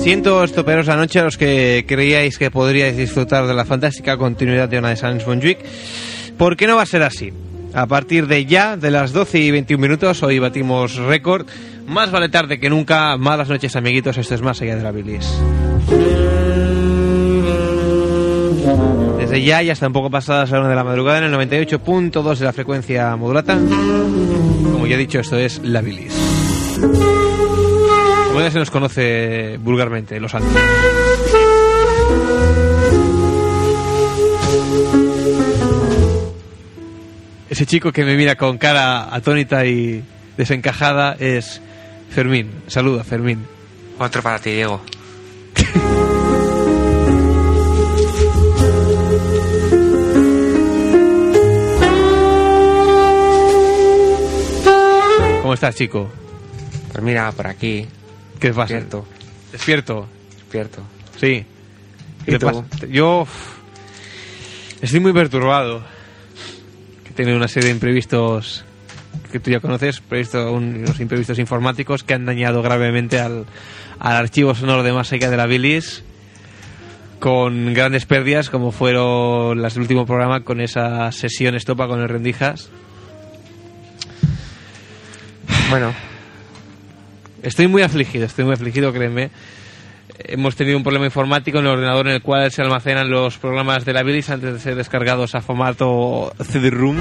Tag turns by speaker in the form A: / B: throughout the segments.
A: Cientos toperos anoche a los que creíais que podríais disfrutar de la fantástica continuidad de una de Sans Montjuic. ¿Por qué no va a ser así? A partir de ya, de las 12 y 21 minutos, hoy batimos récord. Más vale tarde que nunca. Malas noches, amiguitos. Esto es más allá de la bilis. Desde ya y hasta un poco pasadas la una de la madrugada en el 98.2 de la frecuencia modulata. Como ya he dicho, esto es la bilis. Como ya se nos conoce vulgarmente, los santos. Ese chico que me mira con cara atónita y desencajada es Fermín. Saluda, Fermín.
B: Otro para ti, Diego.
A: ¿Cómo estás, chico?
B: Pues mira, por aquí.
A: ¿Qué pasa?
B: Despierto,
A: Despierto.
B: despierto.
A: Sí.
B: ¿Y
A: ¿Qué te
B: tú?
A: pasa? Yo uf, estoy muy perturbado. Que tiene una serie de imprevistos que tú ya conoces, previsto un- unos imprevistos informáticos que han dañado gravemente al, al archivo sonoro de Más Allá de la Bilis con grandes pérdidas como fueron las del último programa con esa sesión estopa con el Rendijas.
B: Bueno,
A: Estoy muy afligido, estoy muy afligido, créeme. Hemos tenido un problema informático en el ordenador en el cual se almacenan los programas de la bilis antes de ser descargados a formato CD-ROOM.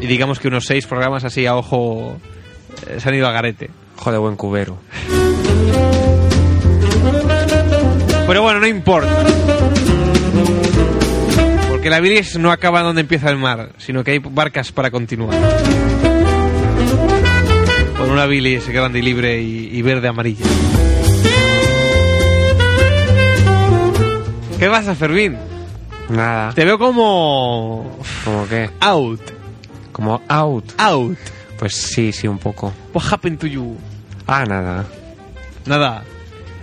A: Y digamos que unos seis programas así a ojo eh, se han ido a garete.
B: joder, buen cubero.
A: Pero bueno, no importa. Porque la bilis no acaba donde empieza el mar, sino que hay barcas para continuar. Con una bilis grande y libre y, y verde-amarilla. ¿Qué pasa, Fermín?
B: Nada.
A: Te veo como...
B: ¿Cómo qué?
A: Out,
B: Como out.
A: out.
B: Pues sí, sí, un poco.
A: What happened to you?
B: Ah, nada.
A: Nada.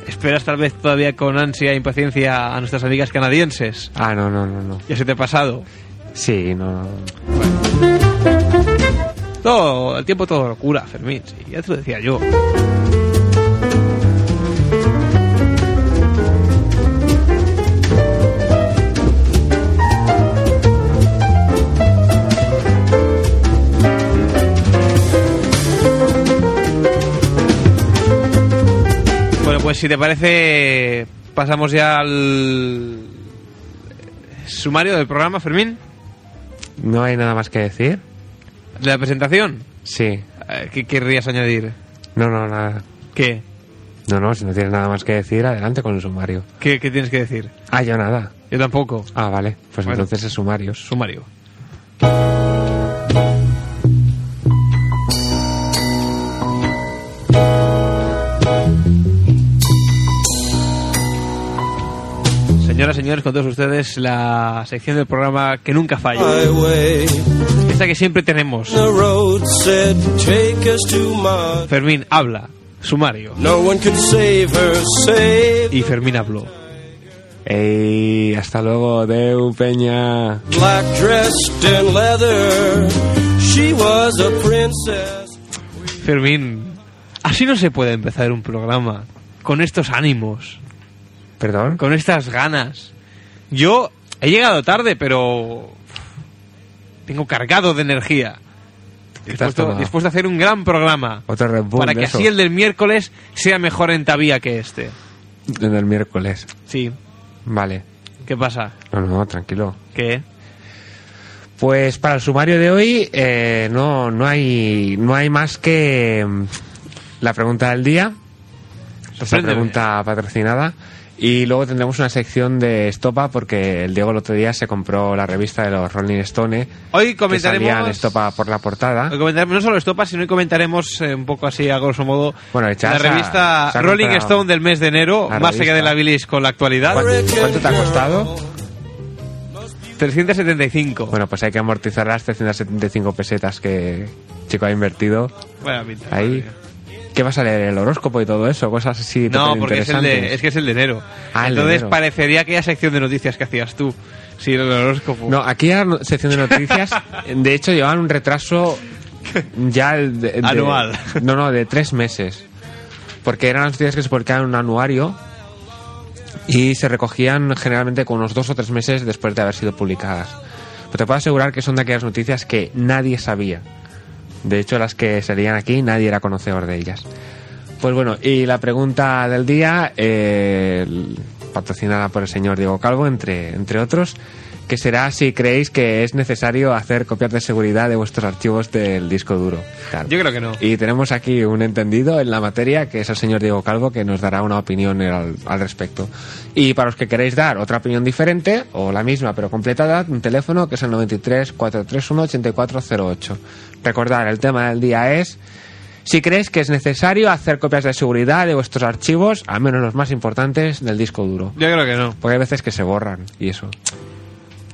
A: Esperas tal vez todavía con ansia e impaciencia a nuestras amigas canadienses.
B: Ah, no, no, no, no.
A: Ya se te ha pasado.
B: Sí, no. no.
A: Todo, el tiempo todo locura, Fermín. sí, ya te lo decía yo. Bueno, pues si te parece, pasamos ya al sumario del programa, Fermín,
B: ¿No hay nada más que decir?
A: de la presentación.
B: Sí.
A: Eh, ¿Qué querrías añadir?
B: No, no, nada.
A: ¿Qué?
B: No, no, si no tienes nada más que decir, adelante con el sumario.
A: ¿Qué, qué tienes que decir?
B: Ah, yo nada.
A: Yo tampoco.
B: Ah, vale. Pues
A: Bueno.
B: entonces es sumarios.
A: Sumario. Señoras, señores, con todos ustedes la sección del programa que nunca falla.
C: highway.
A: Esta que siempre tenemos.
C: The road said, Take us to my.
A: Fermín habla. Sumario.
C: No one could save her, save
A: Y Fermín habló.
B: ¡Ey! ¡Hasta luego, Deu Peña!
C: black dressed in leather. She was a princess.
A: Fermín, así no se puede empezar un programa. Con estos ánimos.
B: ¿Perdón?
A: con estas ganas. Yo he llegado tarde, pero tengo cargado de energía.
B: ¿Qué te has
A: Dispuesto,
B: tomado? Pues,
A: dispuesto a hacer un gran programa
B: Otro Red Bull
A: para
B: de
A: que
B: esos.
A: así el del miércoles sea mejor en Tabía que este.
B: En el miércoles.
A: Sí.
B: Vale.
A: ¿Qué pasa?
B: No, no, tranquilo.
A: ¿Qué?
B: Pues para el sumario de hoy eh, no, no, hay, no hay más que mm, la pregunta del día, la
A: Sorpréndeme.
B: pregunta patrocinada, y luego tendremos una sección de estopa porque el Diego el otro día se compró la revista de los Rolling Stone
A: Hoy
B: que salían
A: comentaremos.
B: estopa por la portada.
A: hoy comentaremos no solo Estopa, sino hoy comentaremos eh, un poco así, a grosso modo,
B: Bueno, el Chas
A: la
B: ha-
A: revista
B: se ha
A: Rolling
B: comprado
A: Stone del mes de enero,
B: la
A: más allá
B: revista.
A: de la bilis con la actualidad.
B: ¿Cuánto, cuánto te ha costado?
A: 375.
B: Bueno, pues hay que amortizar las 375 pesetas que el chico ha invertido
A: Buena pinta, madre
B: ahí.
A: mía.
B: ¿Qué vas a leer? ¿El horóscopo y todo eso? Cosas así
A: No,
B: súper
A: porque es, el
B: interesantes.
A: de, es que es el de enero.
B: Ah, el de
A: Entonces
B: enero.
A: parecería aquella sección de noticias que hacías tú. Sí, el horóscopo.
B: No, aquí en la sección de noticias, de hecho, llevan un retraso ya de- de-
A: Anual.
B: no, no, de tres meses. Porque eran las noticias que se publicaban en un anuario y se recogían generalmente con unos dos o tres meses después de haber sido publicadas. Pero te puedo asegurar que son de aquellas noticias que nadie sabía. De hecho, las que salían aquí nadie era conocedor de ellas. Pues bueno, y la pregunta del día, eh, el- patrocinada por el señor Diego Calvo, entre, entre otros, que será si creéis que es necesario hacer copias de seguridad de vuestros archivos del disco duro. Claro.
A: Yo creo que no.
B: Y tenemos aquí un entendido en la materia, que es el señor Diego Calvo, que nos dará una opinión al, al respecto. Y para los que queréis dar otra opinión diferente, o la misma pero completada, un teléfono que es el 93 431 8408. Recordar, el tema del día es si creéis que es necesario hacer copias de seguridad de vuestros archivos, al menos los más importantes, del disco duro.
A: Yo creo que no.
B: Porque hay veces que se borran y eso.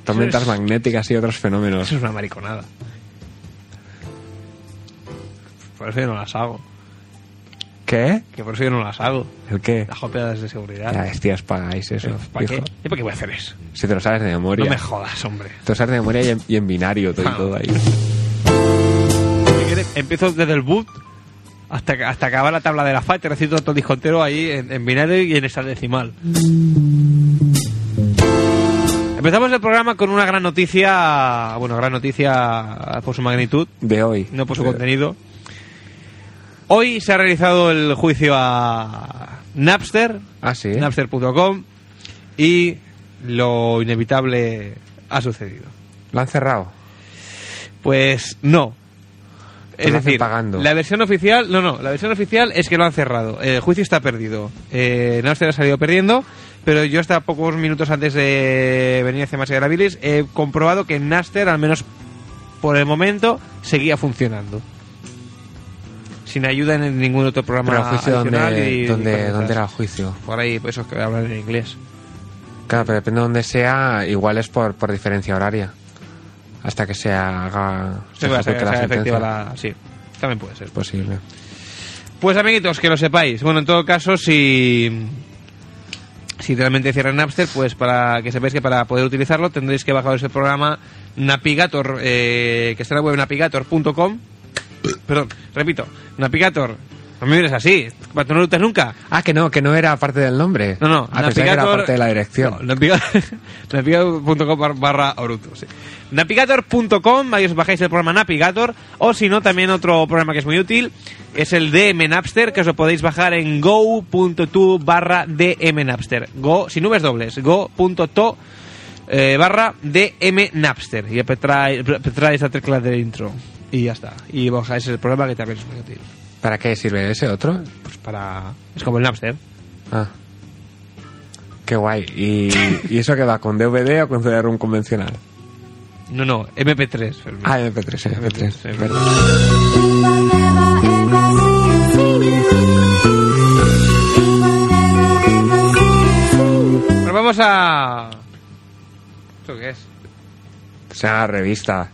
B: Tormentas
A: Eso es-
B: magnéticas y otros fenómenos.
A: Eso es una mariconada. Por eso yo no las hago.
B: ¿Qué?
A: Que por eso yo no las hago.
B: ¿El qué?
A: Las copias de seguridad.
B: Ya, hostias, pagáis eso.
A: ¿Eh? ¿Para qué?
B: hijo.
A: ¿Yo para qué voy a hacer eso?
B: Si te lo sabes de memoria.
A: No me Ah. jodas, hombre.
B: Te lo sabes de memoria y en, y en binario todo, y todo ahí.
A: Si quieres, Empiezo desde el boot hasta, que- hasta acabar la tabla de la FAT. Te recito todo el disco entero ahí en, en binario y en hexadecimal. Empezamos el programa con una gran noticia. Bueno, gran noticia por su magnitud.
B: De hoy. Eh,
A: no pues por su
B: De-
A: contenido. Hoy se ha realizado el juicio a Napster,
B: Ah, sí.
A: napster.com, y lo inevitable ha sucedido.
B: Lo han cerrado.
A: Pues no. Es
B: Te Pues lo hacen
A: decir,
B: pagando.
A: la versión oficial, no, no, la versión oficial es que lo han cerrado. El juicio está perdido. Eh, Napster ha salido perdiendo, pero yo hasta pocos minutos antes de venir hacia Masa Gravilis he comprobado que Napster, al menos por el momento, seguía funcionando. Sin ayuda en ningún otro programa
B: Pero el juicio
A: adicional
B: donde,
A: y- y
B: donde,
A: cosas
B: donde era el
A: raras.
B: juicio.
A: Por ahí, por esos que hablan en inglés.
B: Claro, pero depende de donde sea, igual es por, por diferencia horaria. Hasta que se haga.
A: Se va a
B: ejecute
A: ser- sea efectiva
B: sentencia.
A: la... Sí, también puede ser.
B: Posible.
A: Pues amiguitos, que lo sepáis. Bueno, en todo caso, si si realmente cierran Napster, pues para que sepáis que para poder utilizarlo tendréis que bajaros el programa Napigator, eh, que está en la web napigator.com. Perdón, repito, Napigator. No me mires así, no lo usas nunca.
B: Ah, que no, que no era parte del nombre.
A: No, no,
B: Ah, pensaba que era parte de la dirección.
A: No, napiga- napigator.com bar- barra Oruto, sí. Napigator.com, ahí os bajáis el programa Napigator, o si no, también otro programa que es muy útil, es el DM Napster, que os lo podéis bajar en go.to barra DM Napster. Go, sin nubes dobles, go.to eh, barra DM Napster. Y apretáis apretáis la tecla de intro. Y ya está. Y bajáis el programa que también es muy útil.
B: ¿Para qué sirve ese otro?
A: Pues para... Es como el Napster.
B: Ah. Qué guay. ¿Y, y eso qué va? ¿Con DVD o con CD-ROM convencional?
A: No, no, MP3. Fermín.
B: Ah, MP3, sí, MP3.
A: Sí,
B: verdad.
A: verdad. Pero vamos a. ¿Esto qué es?
B: O sea, revista.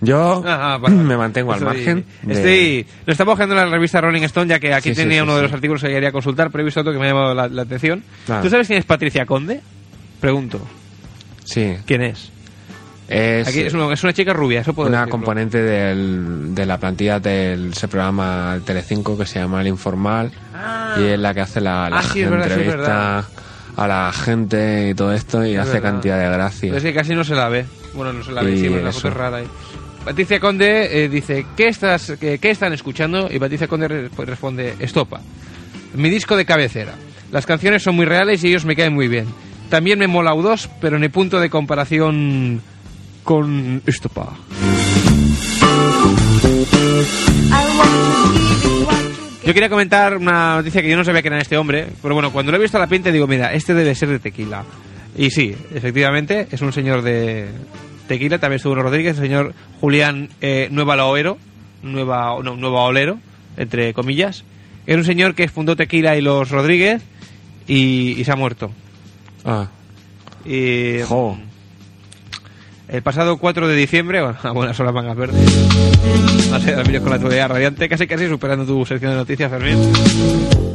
B: Yo
A: Ah, ah, vale, vale.
B: Oh. me mantengo al
A: Estoy-
B: margen. de-
A: Estoy. Lo estamos buscando en la revista Rolling Stone, ya que aquí
B: Sí, sí,
A: tenía
B: sí,
A: uno de
B: sí.
A: los artículos que quería consultar, pero he visto otro que me ha llamado la, la atención.
B: Claro.
A: ¿Tú sabes quién es Patricia Conde? Pregunto.
B: Sí.
A: ¿Quién es?
B: Es,
A: Aquí es, una, es una chica rubia, eso puedo
B: una
A: decirlo.
B: componente del- de la plantilla de ese programa Telecinco que se llama El Informal.
A: Ah.
B: Y es la que hace la, la
A: Ah, sí, es verdad, sí, es
B: entrevista
A: verdad.
B: a la gente y todo esto y
A: Es
B: hace
A: verdad.
B: cantidad de gracia.
A: Es que casi no se la ve. Bueno, no se la ve,
B: Y
A: sí, pero la foto
B: eso.
A: es rara ahí. Patricia Conde eh, dice, ¿qué, estás, qué, qué están escuchando? Y Patricia Conde re- pues responde, Estopa. Mi disco de cabecera. Las canciones son muy reales y ellos me caen muy bien. También me mola U2, pero en el punto de comparación con Estopa. Yo quería comentar una noticia que yo no sabía que era este hombre, pero bueno, cuando lo he visto a la pinta digo, mira, este debe ser de tequila. Y sí, efectivamente, es un señor de tequila, también estuvo en Rodríguez, el señor Julián eh, Nueva Laoero, Nueva, no, Nueva Olero, entre comillas. Era un señor que fundó Tequila y los Rodríguez y, y se ha muerto.
B: Ah,
A: Y,
B: jo.
A: el pasado 4 de diciembre, ah, bueno, a buenas horas mangas verdes. No sé, dormir con la actualidad radiante, casi casi superando tu sección de noticias, Fermín.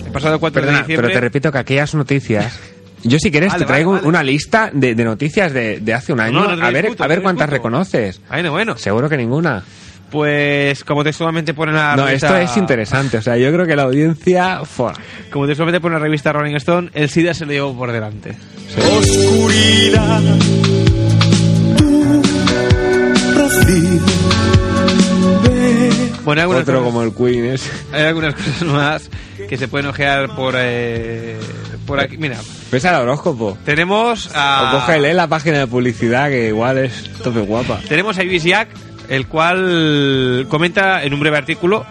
A: El pasado 4
B: Perdona,
A: de diciembre.
B: pero te repito que aquellas noticias Yo si quieres
A: Vale,
B: te traigo
A: vale, vale.
B: una lista de, de noticias de, de hace un año.
A: no te
B: a ver,
A: discuto,
B: a ver
A: no te
B: cuántas
A: discuto.
B: reconoces.
A: Bueno, bueno.
B: Seguro que ninguna.
A: Pues como textualmente pone la
B: No,
A: revista-
B: esto es interesante. O sea, yo creo que la audiencia... fua.
A: Como textualmente pone la revista Rolling Stone, el SIDA se lo llevó por delante.
C: Oscuridad, tu rocío de
A: Bueno, hay algunas,
B: Otro
A: cosas,
B: como el Queen es...
A: hay algunas cosas más que se pueden ojear por, eh, por aquí. Mira,
B: Ves al horóscopo.
A: tenemos a...
B: O coge lee la página de publicidad que igual es tope guapa.
A: Tenemos a Ibis Jack, el cual comenta en un breve artículo,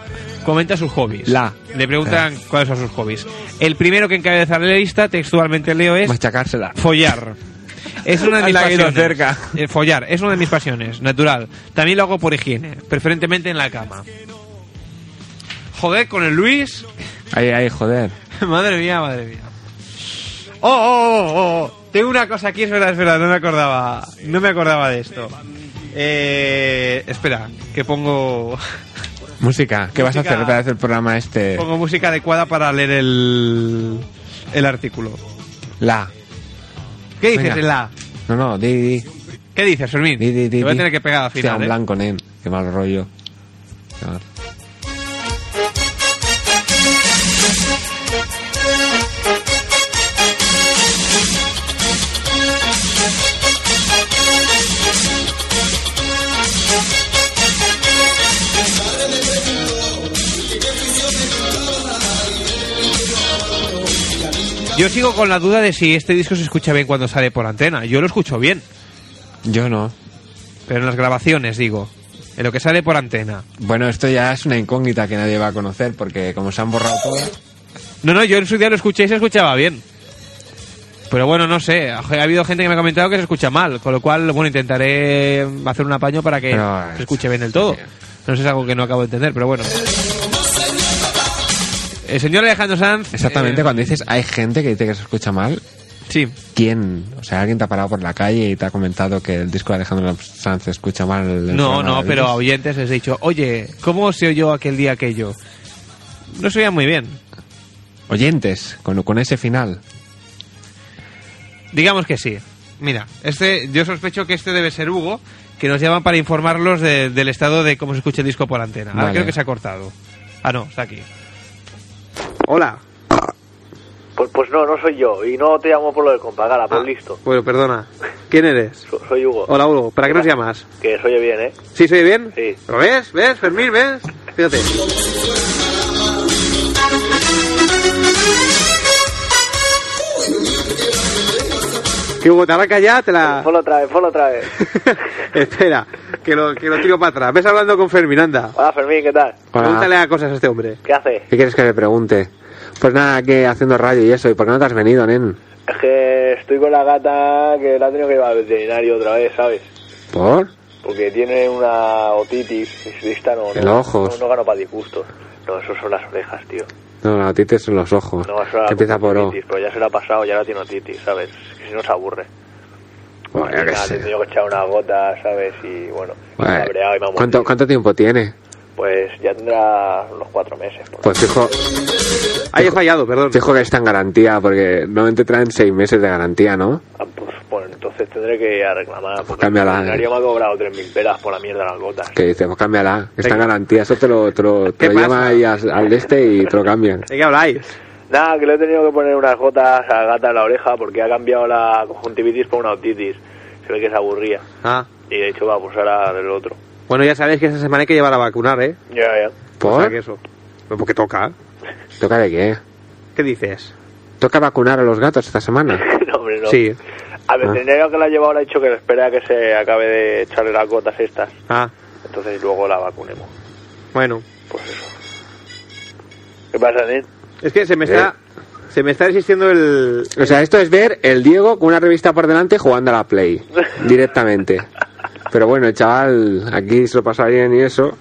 A: comenta sus hobbies.
B: La. Eh.
A: Le preguntan cuáles son sus hobbies. El primero que encabeza la lista, textualmente leo, es
B: Machacársela.
A: follar. Es una de mis
B: La que he ido
A: pasiones.
B: cerca.
A: Eh, follar, es una de mis pasiones, natural. También lo hago por higiene, preferentemente en la cama. Joder, con el Luis.
B: Ahí, ahí, joder.
A: madre mía, madre mía. Oh, oh, oh, oh, oh. Tengo una cosa aquí, es verdad, es verdad, no me acordaba. No me acordaba de esto. Eh, espera, que pongo,
B: Música. ¿Qué vas a
A: Música.
B: hacer para hacer el programa este?
A: pongo música adecuada para leer el, el artículo.
B: La.
A: ¿Qué dices
B: Venga.
A: en la?
B: No, no, di, di.
A: ¿Qué dices, Fermín?
B: Di, di, di,
A: Te voy a
B: di.
A: tener que pegar al
B: Hostia,
A: final.
B: un
A: ¿eh?
B: blanco, nen. Qué mal rollo. A ver.
A: Yo sigo con la duda de si este disco se escucha bien cuando sale por antena. Yo lo escucho bien,
B: Yo no.
A: pero en las grabaciones, digo. En lo que sale por antena.
B: Bueno, esto ya es una incógnita que nadie va a conocer porque como se han borrado todas...
A: No, no, yo en su día lo escuché y se escuchaba bien. Pero bueno, no sé. Ha ha habido gente que me ha comentado que se escucha mal. Con lo cual, bueno, intentaré hacer un apaño para que
B: Pero, eh,
A: se escuche bien del todo.
B: sí.
A: No sé, es algo que no acabo de entender, pero bueno. El señor Alejandro Sanz.
B: Exactamente,
A: eh,
B: cuando dices hay gente que dice que se escucha mal,
A: Sí.
B: ¿quién? O sea, alguien te ha parado por la calle y te ha comentado que el disco de Alejandro Sanz se escucha mal. el
A: No,
B: programa
A: no,
B: de
A: pero a
B: Luis?
A: oyentes les he dicho, oye, ¿cómo se oyó aquel día aquello? No se oía muy bien.
B: Oyentes, con, con ese final.
A: Digamos que sí. Mira, este, yo sospecho que este debe ser Hugo, que nos llaman para informarlos de- del estado de cómo se escucha el disco por antena. Ahora
B: Vale.
A: creo que se ha cortado. Ah, no, está aquí.
D: Hola.
E: Pues, pues no, no soy yo. Y no te llamo por lo del compa, Gala,
B: Ah.
E: pues listo.
A: Bueno, perdona. ¿Quién eres?
E: So- soy Hugo.
A: Hola, Hugo. ¿Para qué nos
E: Hola.
A: llamas?
E: Que soy bien, ¿eh?
A: ¿Sí, soy bien?
E: Sí.
A: ¿Lo ves? ¿Ves, Fermín? ¿Ves? Fíjate. Que Hugo, te habrá callado, te
B: Ah.
A: la...
E: Ponlo otra vez, ponlo otra vez.
A: Espera, que lo, que lo tiro para atrás. Ves hablando con Fermín, anda.
E: Hola, Fermín, ¿qué tal?
B: Hola.
A: Pregúntale a cosas a este hombre.
E: ¿Qué haces?
B: ¿Qué quieres que le pregunte? Pues nada, que haciendo radio y eso. ¿Y por qué no te has venido, nen?
E: Es que estoy con la gata que la he tenido que llevar al veterinario otra vez, ¿sabes?
B: ¿Por?
E: Porque tiene una otitis. y Esta no,
B: En
E: no,
B: los ojos.
E: no, no gano para disgustos. No, eso son las orejas, tío.
B: No, la otitis son los ojos.
E: No, eso era
B: que empieza por O.
E: otitis, pero ya se la ha pasado, ya la tiene otitis, ¿sabes? Es que si no se aburre.
B: Bueno, yo
E: Y
B: qué
E: nada,
B: sé.
E: Le he tenido que echar una gota, ¿sabes? Y bueno, me he
B: Bueno,
E: cabreado y me ha
B: ¿cuánto,
E: mordido.
B: ¿Cuánto tiempo tiene?
E: Pues ya tendrá unos cuatro meses. por
B: Pues fijo,
D: Ahí he fallado, perdón.
B: fijo que está en garantía, porque normalmente traen seis meses de garantía, ¿no?
E: Ah, pues, bueno, entonces tendré que ir a reclamar. Porque
B: cámbiala,
E: El veterinario
B: eh.
E: me ha cobrado 3.000 pelas por la mierda de las gotas.
B: Que dice, pues cámbiala, que está en
A: Venga.
B: garantía. Eso te lo, te lo, te
A: ¿Qué
B: lo
A: pasa?
B: llama ahí al, al este y te lo cambian.
A: ¿De qué habláis?
E: Nada, que le he tenido que poner unas gotas a la gata en la oreja porque ha cambiado la conjuntivitis por una otitis. Se ve que se aburría.
A: Ah,
E: Y de hecho va a pulsar a del otro.
A: bueno, ya sabéis que esta semana hay que llevar a vacunar, ¿eh?
E: Ya, ya.
A: O sea,
B: ¿Por?
A: que eso. Pues Porque toca.
B: ¿Toca de qué?
A: ¿Qué dices?
B: ¿Toca vacunar a los gatos esta semana?
E: no, hombre, no.
A: Sí.
E: Al veterinario que la ha llevado le ha dicho que le espera a que se acabe de echarle las gotas estas.
A: Ah,
E: Entonces luego la vacunemos.
A: bueno.
E: Pues eso. ¿Qué pasa, Nen?
A: Es que se me está... Se me está resistiendo el...
B: O sea, esto es ver el Diego con una revista por delante jugando a la Play, directamente. Pero bueno, el chaval aquí se lo pasa bien y eso.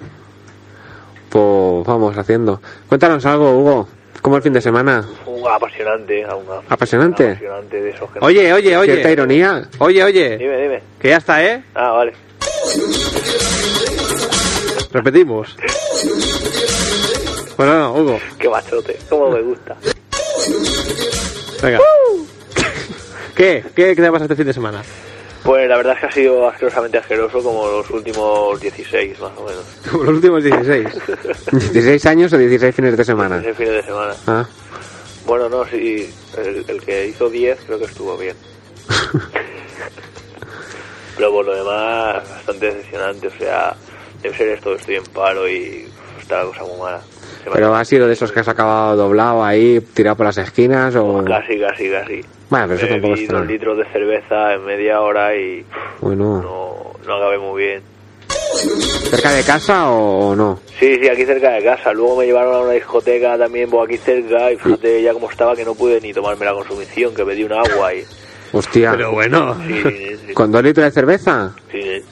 B: Pues vamos haciendo. Cuéntanos algo, Hugo. ¿Cómo el fin de semana?
E: Un apasionante. a una-
B: ¿Apasionante?
E: Apasionante de esos que no-
D: Oye, oye,
B: ¿Cierta
D: oye.
B: ironía?
D: Oye, oye.
E: Dime, dime.
D: Que ya está, ¿eh?
E: Ah, vale.
D: Repetimos. Bueno, no, Hugo.
E: Qué machote, como me gusta.
D: Venga.
A: ¿Qué? ¿Qué qué te pasa este fin de semana?
E: Pues la verdad es que ha sido asquerosamente asqueroso como los últimos 16 más o menos.
A: Como los últimos 16.
B: 16 años o 16 fines de semana.
E: Ese fin de semana.
B: Ah.
E: Bueno, no, sí, el, el que hizo 10 creo que estuvo bien. Pero por lo demás, bastante decepcionante. O sea, debe ser esto, estoy en paro y uf, está la cosa muy mala. Se me
B: Pero
E: ha-
B: ha sido de esos que has acabado doblado ahí, tirado por las esquinas o...
E: Casi, casi, casi.
B: Bueno, pero eso
E: Me
B: tampoco
E: bebí
B: está
E: dos
B: mal. Ah.
E: litros de cerveza en media hora y uf,
B: Bueno,
E: no, no acabé muy bien.
B: ¿cerca de casa o, o no?
E: Sí, sí, aquí cerca de casa. Luego me llevaron a una discoteca también por aquí cerca y fíjate ya cómo estaba que no pude ni tomarme la consumición, que pedí un agua y...
B: Hostia,
A: Pero bueno.
E: Sí, sí, sí.
B: ¿con dos litros de cerveza?
E: Sí,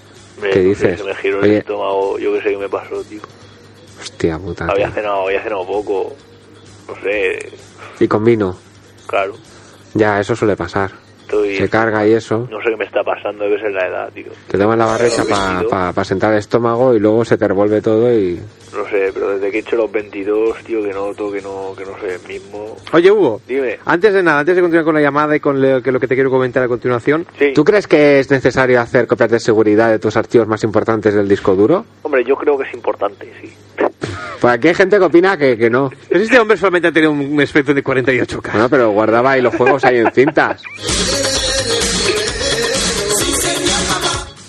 E: me,
B: ¿Qué dices?
E: Se me giró
B: Oye.
E: el estómago, yo qué sé qué me pasó, tío.
B: Hostia puta.
E: Había
B: Ah, tío.
E: cenado, había cenado poco. No sé,
B: Y con vino.
E: claro.
B: Ya, eso suele pasar.
E: Estoy...
B: Se carga y eso.
E: No sé qué me está pasando, debe ser la edad, tío.
B: Te tomas la barrecha para
E: Vestido.
B: sentar el estómago y luego se te revuelve todo y...
E: No sé, pero desde que he hecho los 22, tío, que noto que no, que no soy el mismo.
A: Oye, Hugo.
E: Dime.
A: Antes de nada, antes de continuar con la llamada y con lo que, lo que te quiero comentar a continuación,
E: Sí.
B: ¿Tú crees que es necesario hacer copias de seguridad de tus archivos más importantes del disco duro?
E: Hombre, yo creo que es importante, sí.
B: Pues aquí hay gente que opina que, que no.
A: pues este hombre solamente ha tenido un espectro de 48K.
B: Bueno, pero guardaba ahí los juegos ahí en cintas.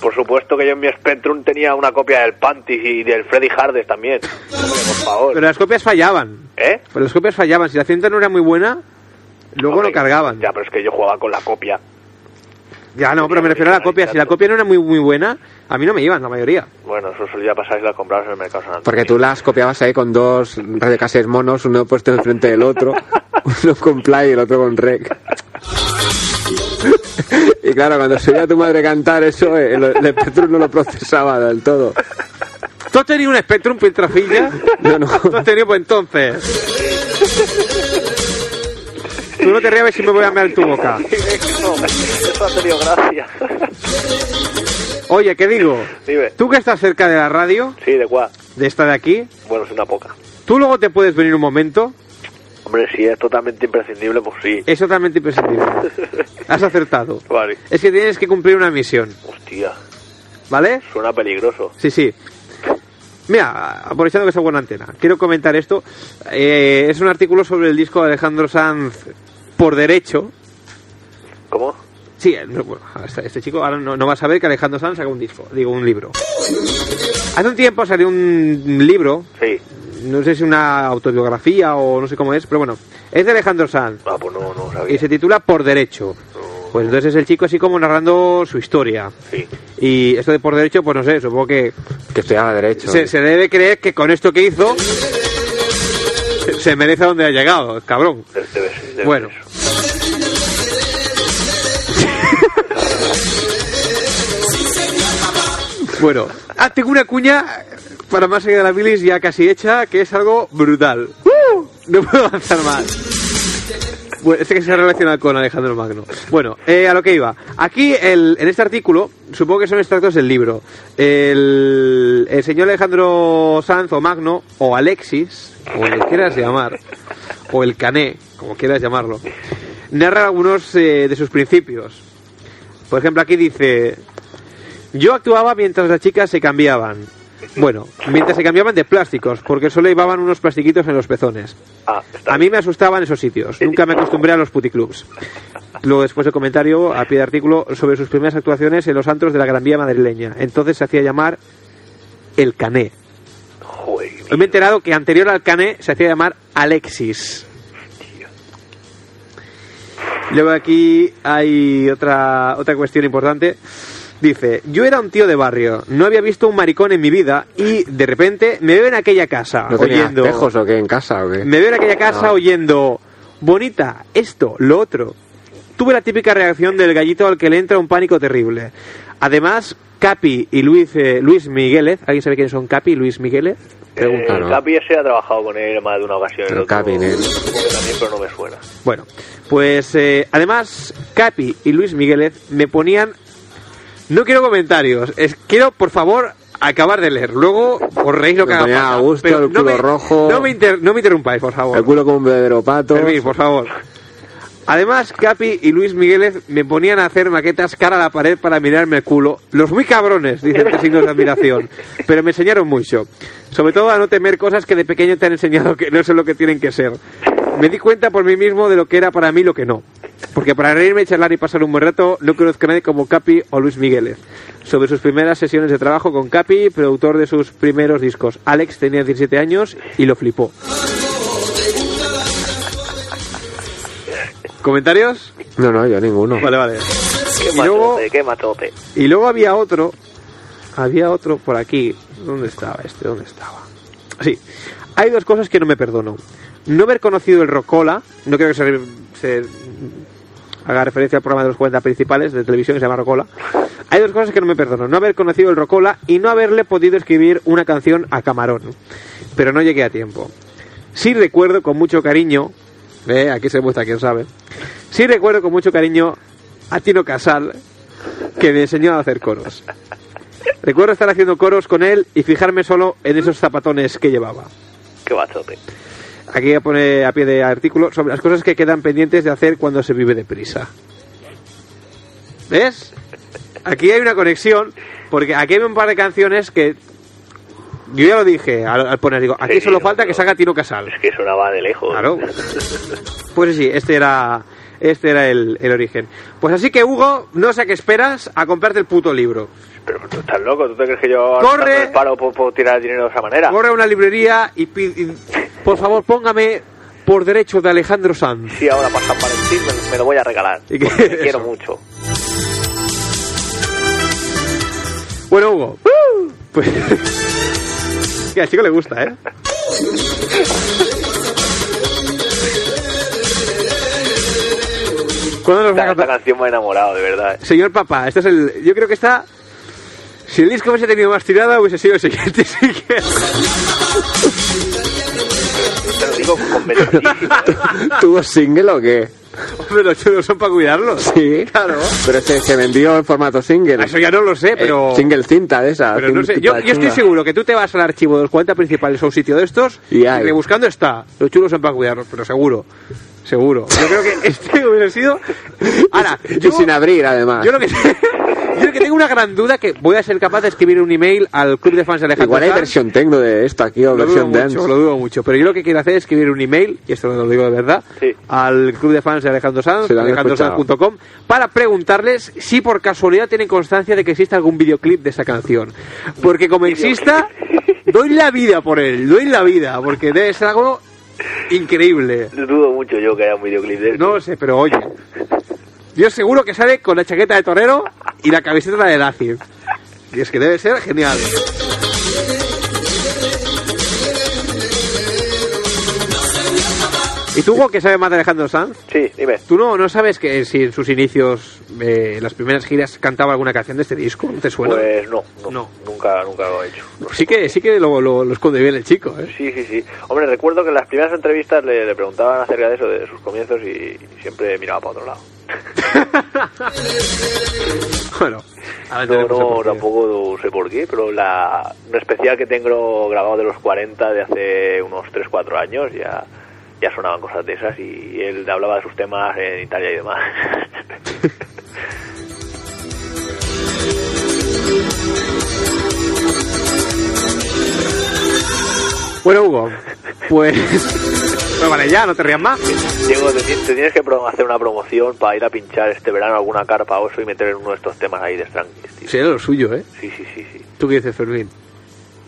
E: Por supuesto que yo en mi Spectrum tenía una copia del Pantis y del Freddy Hardes también. Hombre, por favor.
A: Pero las copias fallaban.
E: ¿Eh?
A: Pero las copias fallaban. Si la cinta no era muy buena, luego
E: Hombre,
A: lo cargaban.
E: Ya, pero es que yo jugaba con la copia.
A: Ya, no, pero me refiero a la copia. Si la copia no era muy, muy buena, a mí no me iban, la mayoría.
E: Bueno, eso solía pasar si la comprabas en el mercado San Antonio.
B: Porque tú las copiabas ahí con dos radiocases monos, uno puesto enfrente del otro, uno con play y el otro con rec. Y claro, cuando se oía tu madre cantar eso, el, el Spectrum no lo procesaba del todo.
A: ¿Tú has tenido un Spectrum Piltrafilla?
B: No, no.
A: ¿Tú has tenido pues entonces? Tú no te rías si me voy a mear en tu boca.
E: eso, eso ha tenido gracia.
A: Oye, ¿qué digo?
E: Dime.
A: Tú que estás cerca de la radio,
E: Sí, ¿de cuál?
A: de esta de aquí,
E: Bueno, es una poca.
A: tú luego te puedes venir un momento.
E: Hombre, si es totalmente imprescindible, pues sí.
A: Es totalmente imprescindible. Has acertado.
E: Vale.
A: Es que tienes que cumplir una misión,
E: Hostia,
A: ¿vale?
E: suena peligroso.
A: Sí, sí. Mira, aprovechando que es buena antena, quiero comentar esto. Eh, es un artículo sobre el disco de Alejandro Sanz por derecho.
E: ¿Cómo?
A: Sí, eh, no, bueno, este, este chico ahora no, no va a saber que Alejandro Sanz saca un disco, digo, un libro. Hace un tiempo salió un libro,
E: Sí.
A: no sé si una autobiografía o no sé cómo es, pero bueno, es de Alejandro Sanz
E: Ah, pues no, no sabía.
A: y se titula Por derecho. Pues entonces es el chico así como narrando su historia.
E: Sí.
A: Y esto de por derecho, pues no sé, supongo que
B: Que estudiaba derecho.
A: se, se debe creer que con esto que hizo se- se merece a donde ha llegado, cabrón.
E: Debe- debe ser, debe
A: Bueno.
E: ser.
A: Bueno, ah, tengo una cuña para más allá de la bilis ya casi hecha, que es algo brutal. ¡Uh! No puedo avanzar más. Bueno, este que se relaciona con Alejandro Magno. Bueno, eh, a lo que iba. Aquí, el- en este artículo, supongo que son extractos del libro. El, el señor Alejandro Sanz o Magno, o Alexis, como le quieras llamar, o el Cané, como quieras llamarlo, narra algunos eh, de sus principios. Por ejemplo, aquí dice, yo actuaba mientras las chicas se cambiaban. Bueno, mientras se cambiaban de plásticos, porque solo llevaban unos plastiquitos en los pezones.
E: Ah, está
A: A mí me asustaban esos sitios. Nunca me acostumbré a los puticlubs. Luego, después el comentario a pie de artículo sobre sus primeras actuaciones en los antros de la Gran Vía madrileña. Entonces se hacía llamar El Cané.
E: bien. Joder, qué
A: Hoy me he enterado que anterior al Cané se hacía llamar Alexis.
E: bestia.
A: Luego aquí hay otra, otra cuestión importante. Dice, yo era un tío de barrio, no había visto un maricón en mi vida y de repente me veo en aquella casa
B: ¿No tenía
A: oyendo...
B: espejos o qué en casa o qué?
A: Me veo en aquella casa
B: Ah.
A: oyendo, bonita, esto, lo otro. Tuve la típica reacción del gallito al que le entra un pánico terrible. Además, Capi y Luis, eh, Luis Migueles, ¿alguien sabe quiénes son Capi y Luis Migueles?
E: Eh, el
B: ¿no?
E: Capi ese ha trabajado con él en más de una ocasión.
B: El
E: otro-
B: Capi, ¿eh?
E: supongo que también, pero no me suena.
A: Bueno, pues eh, además Capi y Luis Migueles me ponían... No quiero comentarios, es, quiero por favor acabar de leer. Luego os reís lo que
B: Me
A: haga
B: ponía
A: falta,
B: a gusto,
A: pero
B: el culo rojo.
A: No me, inter- no me interrumpáis, por favor.
B: El culo como un bebedero pato.
A: Fermín, por favor. Además, Capi y Luis Migueles me ponían a hacer maquetas cara a la pared para mirarme el culo. Los muy cabrones, dicen que signos de admiración. Pero me enseñaron mucho. Sobre todo a no temer cosas que de pequeño te han enseñado que no son lo que tienen que ser. Me di cuenta por mí mismo de lo que era para mí y lo que no. Porque para reírme, charlar y pasar un buen rato, no conozco a nadie como Capi o Luis Migueles. Sobre sus primeras sesiones de trabajo con Capi, productor de sus primeros discos. Alex tenía 17 años y lo flipó. ¿Comentarios?
F: No, no, yo ninguno.
A: Vale, vale.
E: Qué
A: Y luego-
E: matote, qué matote.
A: Y luego había otro, había otro por aquí. ¿Dónde estaba este? ¿Dónde estaba? Sí, hay dos cosas que no me perdono. No haber conocido el Rocola, no creo que se, se haga referencia al programa de los 40 principales de televisión que se llama Rocola. Hay dos cosas que no me perdono. No haber conocido el Rocola y no haberle podido escribir una canción a Camarón. Pero no llegué a tiempo. Sí recuerdo con mucho cariño, eh, aquí se muestra quién sabe, sí recuerdo con mucho cariño a Tino Casal, que me enseñó a hacer coros. Recuerdo estar haciendo coros con él y fijarme solo en esos zapatones que llevaba.
E: Qué matote.
A: Aquí ya pone a pie de artículo sobre las cosas que quedan pendientes de hacer cuando se vive deprisa. ¿Ves? Aquí hay una conexión, porque aquí hay un par de canciones que... Yo ya lo dije al, al poner, digo, aquí
E: Sí,
A: solo
E: no,
A: falta
E: no.
A: que salga Tino Casal.
E: Es que sonaba de lejos.
A: Claro. Pues sí, este era, este era el, el origen. Pues así que, Hugo, no sé a qué esperas a comprarte el puto libro.
E: Pero tú estás loco, ¿tú te crees que yo
A: Corre.
E: tanto el paro puedo, puedo tirar el dinero de esa manera?
A: Corre a una librería y, pi- y, por favor póngame por derecho de Alejandro Sanz.
E: Sí, ahora para San Valentín me, me lo voy a regalar.
A: ¿Y qué
E: porque
A: es
E: te quiero
A: eso?
E: mucho.
A: Bueno, Hugo. Pues, que al chico le gusta, ¿eh? ¿Cuándo nos va a
E: Esta, esta
A: cantar?
E: canción me ha enamorado, de verdad.
A: Señor papá, este es el. Yo creo que está. Si el disco hubiese tenido más tirada, hubiese sido el siguiente. sí que-
E: Te lo digo convencidísimo. ¿eh?
B: ¿Tuvo single o qué?
A: Hombre, los chulos son para cuidarlos.
B: Sí.
A: Claro.
B: Pero se, se vendió en formato single.
A: Eso ya no lo sé,
B: Eh,
A: pero.
B: single cinta de esa.
A: Pero no sé, yo,
B: cinta
A: yo estoy
B: chunga.
A: seguro que tú te vas al archivo de los 40 principales o un sitio de estos
B: Y
A: y
B: hay.
A: rebuscando está. Los chulos son para cuidarlos, pero seguro. Seguro. Yo creo que este hubiera sido. Ahora,
B: Y
A: yo,
B: sin abrir, además.
A: yo lo que, yo lo que tengo una gran duda que voy a ser capaz de escribir un email al club de fans de Alejandro.
B: Igual hay
A: Sanz.
B: versión tecno de esto aquí o
A: Lo dudo,
B: versión dance.
A: mucho, lo dudo mucho, pero yo lo que quiero hacer es escribir un email, y esto lo digo de verdad,
E: Sí.
A: al club de fans de Alejandro Sanz,
B: Se lo han
A: alejandrosanz.com, para preguntarles si por casualidad tienen constancia de que existe algún videoclip de esa canción. Porque como exista, doy la vida por él, doy la vida, porque debe ser algo increíble.
E: Dudo mucho yo que haya un videoclip de eso.
A: No lo sé, pero oye, yo seguro que sale con la chaqueta de torero y la camiseta de Lazio. Y es que debe ser genial. ¿Y tú, Hugo, que sabes más de Alejandro Sanz?
E: Sí, dime.
A: ¿Tú no, no sabes que si en sus inicios, eh, las primeras giras, cantaba alguna canción de este disco? ¿No te suena?
E: Pues no, no,
A: No.
E: Nunca, nunca lo he hecho.
A: sí que, sí que lo, lo, lo esconde bien el chico, ¿eh?
E: Sí, sí, sí. Hombre, recuerdo que en las primeras entrevistas le, le preguntaban acerca de eso, de sus comienzos, y, y siempre miraba para otro lado.
A: Bueno, a ver,
E: Ah, No,
A: tenemos
E: no,
A: oportunidad.
E: tampoco sé por qué, pero la, un especial que tengo grabado de los 40 de hace unos 3-4 años ya, ya sonaban cosas de esas y él hablaba de sus temas en Italia y demás.
A: Bueno, Hugo, pues... Bueno, vale, ya, no te rías más.
E: Diego, te, ti- te tienes que pro- hacer una promoción para ir a pinchar este verano a alguna carpa oso y meter en uno de estos temas ahí de Stranquis, tío.
A: Sería lo suyo, ¿eh?
E: Sí, sí, sí, sí.
A: ¿Tú qué dices, Fermín?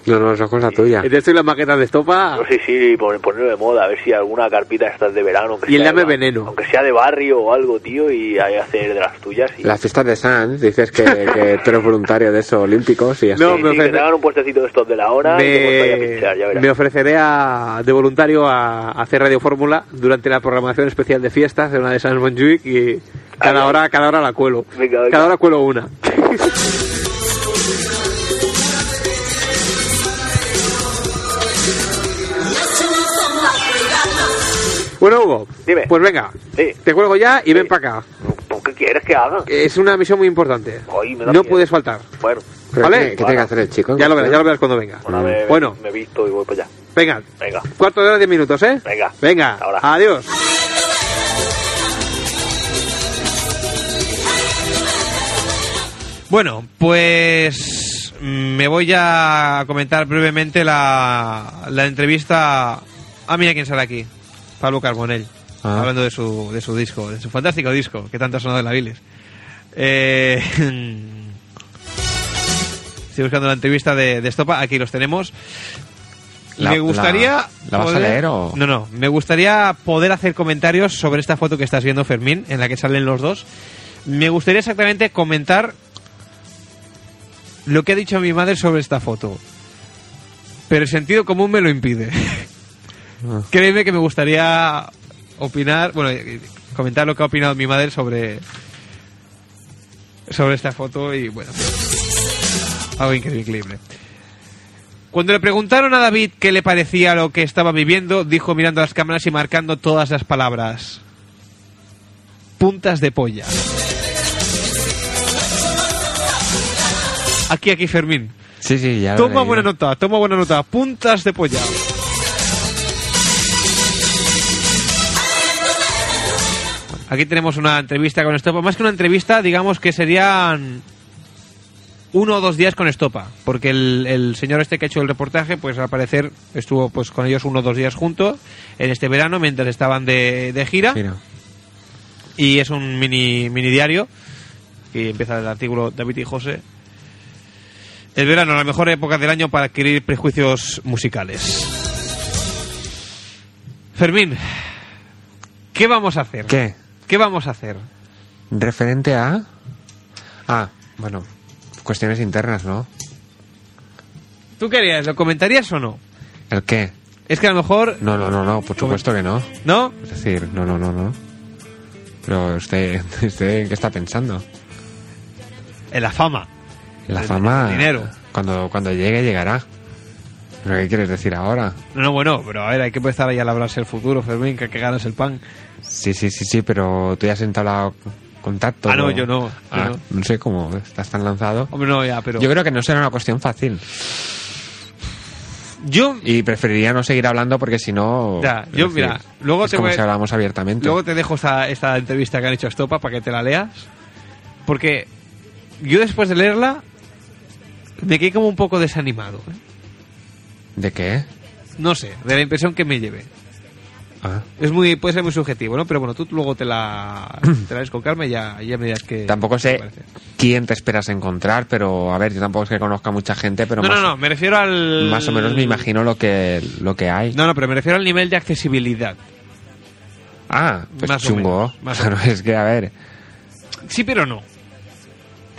F: No, no, eso es cosa tuya.
A: Te estoy las maquetas de estopa.
E: No, sí, sí, pon- ponerlo de moda, a ver si alguna carpita de estas de verano. aunque
A: Y el
E: sea
A: Dame
E: de ba-
A: Veneno.
E: Aunque sea de barrio o algo, tío, y ahí hacer de las tuyas. Y...
F: Las fiestas de Sanz, dices que, que tú eres voluntario de esos olímpicos y así.
A: No,
E: Sí,
A: me
E: sí, que
A: ofrece-
E: te hagan un puestecito de estos de la hora y te pongas ahí a pinchar, ya
A: me,
E: verás.
A: me ofreceré a- de voluntario a, a hacer Radio Fórmula durante la programación especial de fiestas de una de San Montjuic y cada
E: Ah,
A: hora, cada hora la cuelo.
E: Venga, venga.
A: Cada hora cuelo una. Bueno, Hugo,
E: Dime.
A: pues venga,
E: Sí.
A: te cuelgo ya y ven para acá.
E: ¿Por qué quieres que haga?
A: Es una misión muy importante.
E: Ay, me da
A: no
E: miedo.
A: puedes faltar.
E: Bueno,
F: Pero
A: ¿vale?
F: ¿Qué, qué tiene que hacer el chico?
A: Ya lo verás, ya lo verás cuando venga.
E: una vez
A: Mm. Bueno.
E: me he visto y voy para allá.
A: Venga,
E: Venga.
A: cuarto de hora, diez minutos, ¿eh?
E: Venga.
A: Venga,
E: Hasta ahora.
A: adiós. Bueno, pues mm, me voy a comentar brevemente la, la entrevista. Ah, mira quién sale aquí. Pablo Carbonell.
B: Ah.
A: Hablando de su, de su disco, de su fantástico disco, que tanto ha sonado en la Viles. Eh, estoy buscando la entrevista de, de Estopa, aquí los tenemos.
B: La-
A: me gustaría.
B: la- ¿la vas a leer o-
A: No, no. Me gustaría poder hacer comentarios sobre esta foto que estás viendo, Fermín, en la que salen los dos. Me gustaría exactamente comentar lo que ha dicho mi madre sobre esta foto. Pero el sentido común me lo impide. Créeme que me gustaría opinar, bueno, eh, comentar lo que ha opinado mi madre sobre sobre esta foto y bueno, algo increíble. Cuando le preguntaron a David qué le parecía lo que estaba viviendo, dijo mirando las cámaras y marcando todas las palabras. Puntas de polla. Aquí, aquí, Fermín.
B: Sí, sí, ya. lo he
A: Toma
B: leído.
A: buena nota, toma buena nota. Puntas de polla. Aquí tenemos una entrevista con Estopa. Más que una entrevista, digamos que serían uno o dos días con Estopa. Porque el, el señor este que ha hecho el reportaje, pues al parecer estuvo pues con ellos uno o dos días juntos en este verano mientras estaban de, de gira
B: Mira.
A: y es un mini, mini diario que empieza el artículo David y José. El verano, la mejor época del año para adquirir prejuicios musicales. Fermín, ¿qué vamos a hacer?
B: ¿Qué?
A: ¿Qué vamos a hacer?
B: Referente a. Ah, bueno. Cuestiones internas, ¿no?
A: ¿Tú querías? ¿Lo comentarías o no?
B: ¿El qué?
A: Es que a lo mejor...
B: No, no, no, no, por supuesto que no.
A: ¿No?
B: Es decir, no, no, no, no. Pero usted, usted ¿en ¿qué está pensando?
A: En la fama.
B: La
A: El-
B: fama.
A: el dinero.
B: Cuando, cuando llegue, llegará. ¿Pero qué quieres decir ahora?
A: No, no, bueno, pero a ver, hay que empezar ahí a labrarse el futuro, Fermín, que, que ganas el pan.
B: Sí, sí, sí, sí, pero tú ya has entablado contacto.
A: Ah, no, yo no, yo
B: Ah,
A: no.
B: no sé cómo estás tan lanzado.
A: Hombre, no, ya, pero...
B: Yo creo que no será una cuestión fácil.
A: yo
B: Y preferiría no seguir hablando porque si no.
A: Ya,
B: es
A: yo, mira, luego
B: es
A: te
B: como
A: voy-
B: si hablamos abiertamente.
A: Luego te dejo esta, esta entrevista que han hecho a Estopa para que te la leas. Porque yo después de leerla me quedé como un poco desanimado. ¿eh?
B: ¿De qué?
A: No sé, de la impresión que me llevé.
B: Ah.
A: Es muy, puede ser muy subjetivo, ¿no? Pero bueno, tú luego te la, te la ves con calma y ya, ya me dirás que...
B: Tampoco sé
A: parece.
B: quién te esperas encontrar, pero a ver, yo tampoco es que conozca mucha gente, pero
A: no,
B: más,
A: no, no, me refiero al...
B: más o menos me imagino lo que, lo que hay.
A: No, no, pero me refiero al nivel de accesibilidad.
B: Ah, pues
A: Más o
B: chungo.
A: menos, más o
B: Claro, es que a ver.
A: Sí, pero no.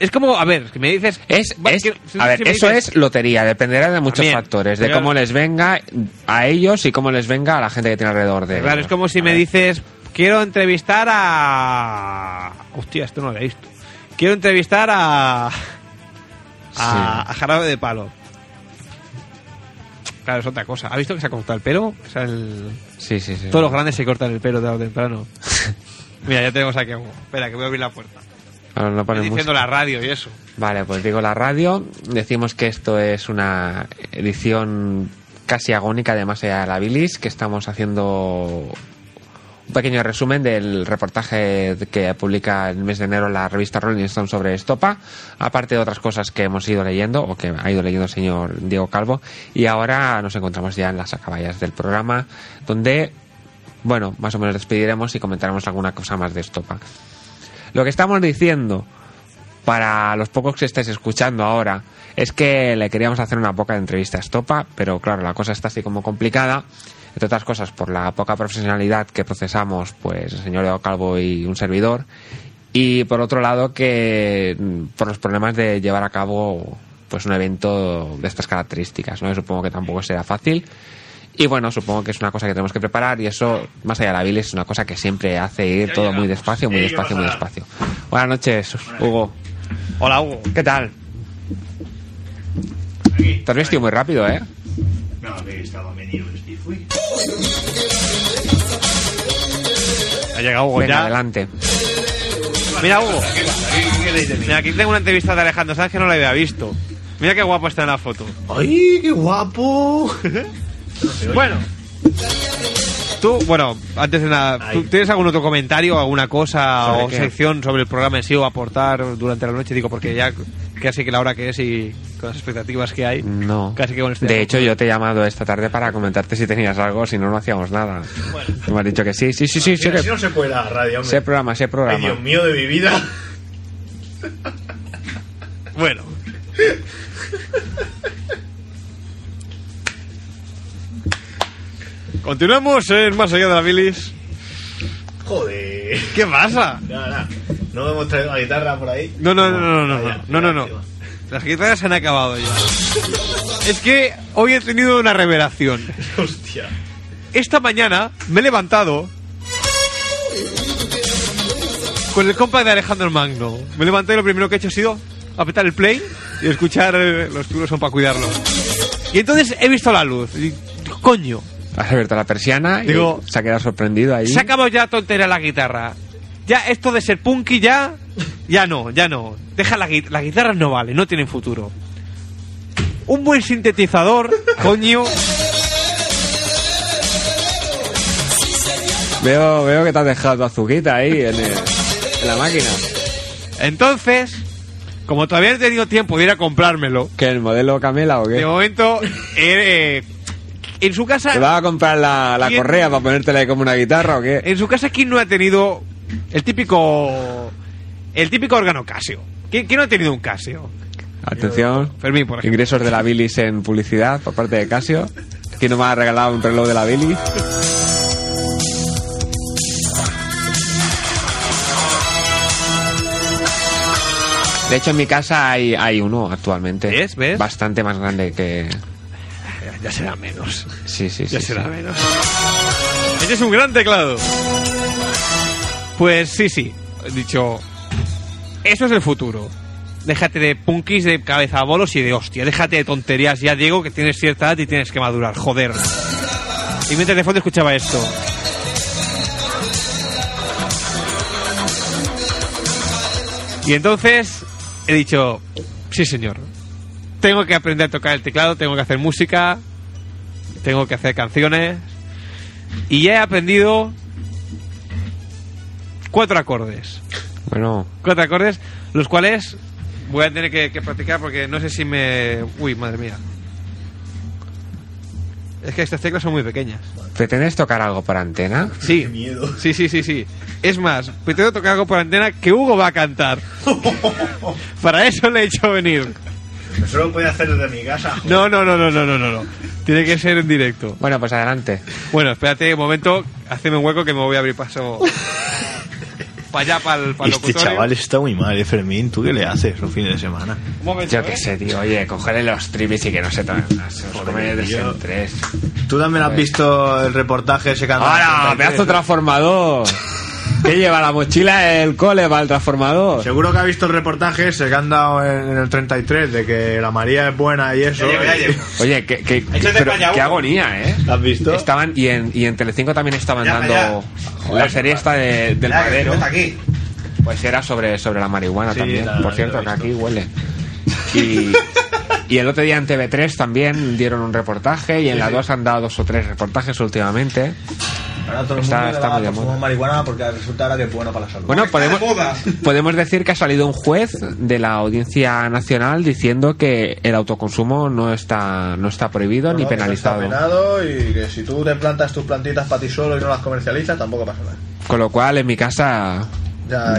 A: Es como, a ver, que me dices...
B: Es,
A: va,
B: es-
A: que- si-
B: a ver,
A: si me
B: eso
A: dices-
B: es lotería, dependerá de muchos
A: También.
B: factores, de
A: Pero-
B: cómo les venga a ellos y cómo les venga a la gente que tiene alrededor de
A: Claro,
B: ellos.
A: es como si
B: A
A: me
B: ver.
A: dices, quiero entrevistar a... Hostia, esto no lo he visto. Quiero entrevistar a... A, a Jarabe de Palo. Claro, es otra cosa. ¿Ha visto que se ha cortado el pelo? O sea, el-
B: Sí, sí, sí.
A: Todos los grandes se cortan el pelo tarde o temprano. Mira, ya tenemos aquí a Hugo. Espera, que voy a abrir la puerta.
B: Ahora no ponen
A: Estoy diciendo
B: música.
A: la radio y eso.
B: Vale, pues digo la radio. Decimos que esto es una edición casi agónica de Más allá de la bilis, que estamos haciendo un pequeño resumen del reportaje que publica el mes de enero la revista Rolling Stone sobre Estopa, aparte de otras cosas que hemos ido leyendo o que ha ido leyendo el señor Diego Calvo. Y ahora nos encontramos ya en las acaballas del programa, donde, bueno, más o menos despediremos y comentaremos alguna cosa más de Estopa. Lo que estamos diciendo para los pocos que estáis escuchando ahora, es que le queríamos hacer una poca entrevista a Estopa, pero claro, la cosa está así como complicada, entre otras cosas por la poca profesionalidad que procesamos, pues el señor Leo Calvo y un servidor, y por otro lado que mm, por los problemas de llevar a cabo pues un evento de estas características, ¿no? Yo supongo que tampoco será fácil. Y bueno, supongo que es una cosa que tenemos que preparar y eso, más allá de la bilis, es una cosa que siempre hace ir todo muy despacio, muy despacio, muy despacio. Buenas noches, Hugo.
A: Hola, Hugo.
B: ¿Qué tal? Te has vestido muy rápido, ¿eh?
G: No, que estaba venido este y fui.
A: Ha llegado Hugo
B: Venga,
A: ya.
B: adelante.
A: Mira, Hugo. Mira, aquí tengo una entrevista de Alejandro Sanz que no la había visto. Mira qué guapo está en la foto.
G: ¡Ay, qué guapo!
A: Bueno, Tú, bueno, antes de nada, ¿tú
G: Ay.
A: ¿tienes algún otro comentario, alguna cosa
B: ¿Sobre
A: o
B: qué?
A: sección sobre el programa en sí o aportar durante la noche? Digo, porque ya casi que la hora que es y con las expectativas que hay,
B: No.
A: casi que con este.
B: De hecho, yo te he llamado esta tarde para comentarte si tenías algo, si no, no hacíamos nada. Me has dicho que sí, sí, sí, sí, sí.
G: Mira,
B: que-
G: si no se puede la radio, hombre.
B: Sé programa, sé
G: Ay,
B: programa.
G: Dios mío de mi vida.
A: Bueno, continuamos en Más allá de la bilis.
G: Joder.
A: ¿Qué pasa?
G: Nada, nada. No hemos traído la guitarra por ahí.
A: No, no, no, no, no, no, no, no, no. Las guitarras se han acabado ya. Es que hoy he tenido una revelación.
G: Hostia.
A: Esta mañana me he levantado con el compact de Alejandro Magno. Me levanté y lo primero que he hecho ha sido apretar el play y escuchar eh, los turos son para cuidarlo. Y entonces he visto la luz. Y, coño,
B: Has abierto la persiana y
A: Digo-
B: se ha quedado sorprendido ahí.
A: se ha acabado ya tontería la guitarra. Ya esto de ser punky ya, ya no, ya no. Deja la guitarra, las guitarras no vale, no tienen futuro. Un buen sintetizador, coño.
B: Veo, veo que te has dejado tu azuquita ahí en, el- en la máquina.
A: Entonces, como todavía no he tenido tiempo de ir a comprármelo,
B: ¿Que el modelo Camela o
A: de
B: qué?
A: momento eh, eh, en su
B: ¿Te
A: casa,
B: vas a comprar la, la
A: ¿Quién? Eh,
B: correa para ponértela ahí como una guitarra o qué?
A: en su casa quién no ha tenido el típico, el típico órgano Casio. ¿Quién, quién no ha tenido un Casio?
B: Atención.
A: Fermín, por ejemplo.
B: Ingresos de la bilis en publicidad por parte de Casio. ¿Quién nos ha regalado un reloj de la bilis? De hecho, en mi casa hay, hay uno actualmente.
A: ¿Ves? ¿Ves?
B: Bastante más grande que...
A: Ya será menos.
B: Sí, sí, sí.
A: Ya
B: sí.
A: será menos. Este es un gran teclado. Pues sí, sí. He dicho. Eso es el futuro. Déjate de punkis, de cabeza a bolos y de hostia. Déjate de tonterías ya, Diego, que tienes cierta edad y tienes que madurar. Joder. Y mientras de fondo escuchaba esto. Y entonces he dicho, sí señor, tengo que aprender a tocar el teclado, tengo que hacer música, tengo que hacer canciones. Y ya he aprendido cuatro acordes.
B: Bueno,
A: Cuatro acordes, los cuales voy a tener que, que practicar porque no sé si me... Uy, madre mía. Es que estas teclas son muy pequeñas.
B: ¿pretendes tocar algo por antena?
A: Sí.
G: Qué miedo.
A: Sí, sí, sí, sí. Es más, pretendo tocar algo por antena que Hugo va a cantar. Para eso le he hecho venir.
G: Eso lo puede hacer desde mi casa.
A: No, no, no, no, no, no, no, no. Tiene que ser en directo.
B: Bueno, pues adelante.
A: Bueno, espérate un momento, haceme un hueco que me voy a abrir paso para allá, para el
G: Este chaval está muy mal, ¿eh, Fermín? ¿Tú qué le haces los fines de semana?
A: Un momento,
B: Yo
A: ¿eh?
B: qué sé, tío. Oye, cogerle los tripis y que no se tomen más. Se los come de
G: tío.
B: ser tres.
G: ¿Tú también has visto el reportaje ese que han dado en
B: ¡Ahora,
G: 33,
B: pedazo
G: eh?
B: transformador! ¿Qué lleva la mochila el cole para el transformador?
G: Seguro que ha visto el reportaje ese que han dado en, en el 33 de que la María es buena y eso.
B: Oye, qué, qué,
A: Échate
B: pero
A: caña,
B: qué
A: Hugo.
B: agonía, ¿eh?
G: ¿Has visto?
B: Estaban, y en, y en Telecinco también estaban
G: Ya,
B: dando
G: ya.
B: la serie esta de- del
G: Ya, que
B: madero.
G: vete aquí.
B: Pues era sobre, sobre la marihuana
G: Sí,
B: también.
G: la-
B: Por
G: la
B: cierto,
G: he
B: que
G: visto.
B: aquí huele. Y, y el otro día en TV3 también dieron un reportaje y en la 2 han dado dos o tres reportajes últimamente.
H: Ahora todo el
B: Está-
H: mundo le
B: está
H: da
B: muy de
H: por
B: moda.
H: fumar marihuana porque resulta ahora que es bueno para la salud.
B: Bueno, podemos, podemos decir que ha salido un juez de la Audiencia Nacional diciendo que el autoconsumo no está, no está prohibido ni
H: No, que no está
B: penalizado.
H: penado y que si tú te plantas tus plantitas para ti solo y no las comercializas, tampoco pasa nada.
B: Con lo cual, en mi casa
H: Ya-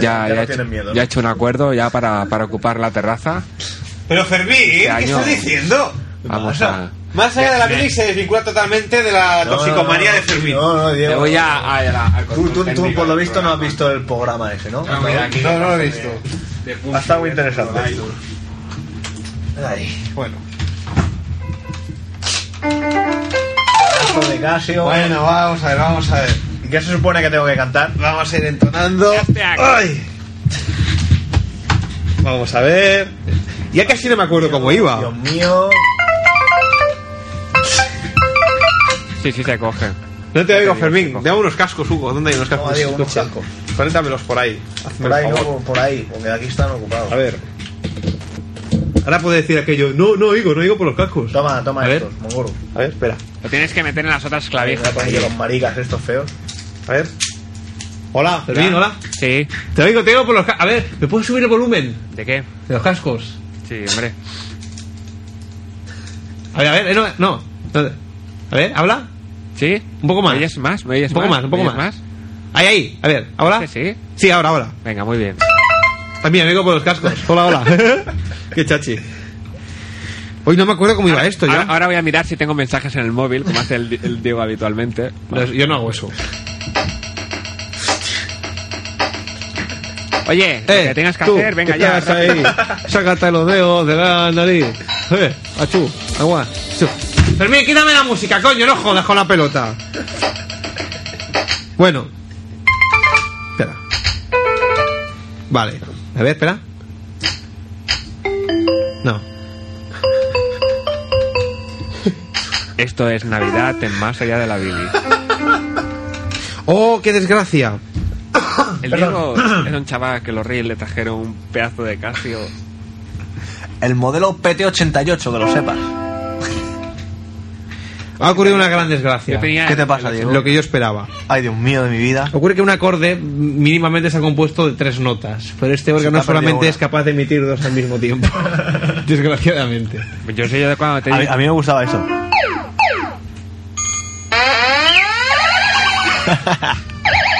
B: ya,
H: ya- ya
B: ya
H: no
B: he,
H: tienen
B: hecho-
H: miedo, ¿no?
B: ya he hecho un acuerdo ya para, para ocupar la terraza. Este
A: Pero Fermín, ¿qué
B: año?
A: estás diciendo?
B: Vamos a...
A: Más allá de la bilis se desvincula totalmente de la
G: No, no,
A: toxicomanía
G: no,
A: de Fermín.
H: No, no,
B: Me
H: Diego.
B: voy a, a- a- al
H: Tú, tú,
B: control
H: tú,
B: técnico
H: por lo
B: del
H: visto, no has
B: programa.
H: visto el programa ese, ¿no?
B: Ah, mira, aquí.
H: no lo he visto. Ha estado muy interesante. Ay,
A: Bueno,
H: esto de Casio.
G: Bueno, vamos a ver, vamos a ver.
H: ¿Y qué se supone que tengo que cantar?
G: Vamos a ir entonando.
H: ¡Ay!
A: vamos a ver. Ya casi no me acuerdo cómo
H: Dios
A: iba.
H: mío.
B: Sí, sí, se coge.
A: No te oigo, Fermín. Dame unos cascos, Hugo. ¿Dónde hay unos
H: No,
A: cascos?
H: Diego, un chasco.
A: Conéctamelos por ahí. Hazme
H: Por
A: el
H: ahí,
A: favor.
H: no, por ahí, porque aquí están ocupados.
A: A ver. Ahora puede decir aquello, no, no oigo, no oigo por los cascos.
E: Toma, toma
A: A ver.
E: estos, Mongoro. A ver, espera.
B: Lo tienes que meter en las otras
E: Voy a
B: clavijas.
E: poner yo los maricas estos feos. A ver. Hola.
A: Fermín, hola.
B: Sí.
A: Te oigo, te oigo por los cascos. A ver, ¿me puedes subir el volumen
B: ¿De qué?
A: de los cascos?
B: Sí, hombre.
A: A ver, a ver, eh, no, no. no. A ver, habla.
B: ¿Sí?
A: Un poco más.
B: ¿Me oyes más? ¿Me oyes
A: Un poco más, un poco
B: ¿Me oyes
A: más. Ahí, ahí. A ver, ¿ahora?
B: Sí, sí.
A: Sí, ahora, ahora.
B: Venga, muy bien.
A: También me oigo por los cascos. Hola, hola. Qué chachi. Hoy no me acuerdo cómo iba esto,
B: Ahora,
A: ya.
B: ahora voy a mirar si tengo mensajes en el móvil, como hace el, el Diego habitualmente.
A: No, yo no hago eso.
B: Oye, lo que tengas que
A: Eh, tú,
B: hacer, venga
A: que
B: ya.
A: estás ahí. Sácate los dedos de la nariz. Eh, achú, agua. achú. Fermín, quítame la música, coño, no jodas con la pelota. Bueno. Espera. Vale. A ver, espera. No.
B: Esto es Navidad en más allá de la Billy.
A: Oh, qué desgracia.
B: El Diego era un chaval que los reyes le trajeron un pedazo de casio.
E: El modelo PT88, que lo sepas.
A: Ha ocurrido una gran desgracia.
B: Yo tenía-
E: ¿Qué te pasa, Diego?
A: Lo que yo esperaba.
E: Ay, Dios mío de mi vida.
A: Ocurre que un acorde mínimamente está compuesto de tres notas, pero este órgano
E: está perdiendo
A: solamente
E: una.
A: es capaz de emitir dos al mismo tiempo. Desgraciadamente.
B: Yo sé yo de cuando te
E: A mí, a mí me gustaba eso.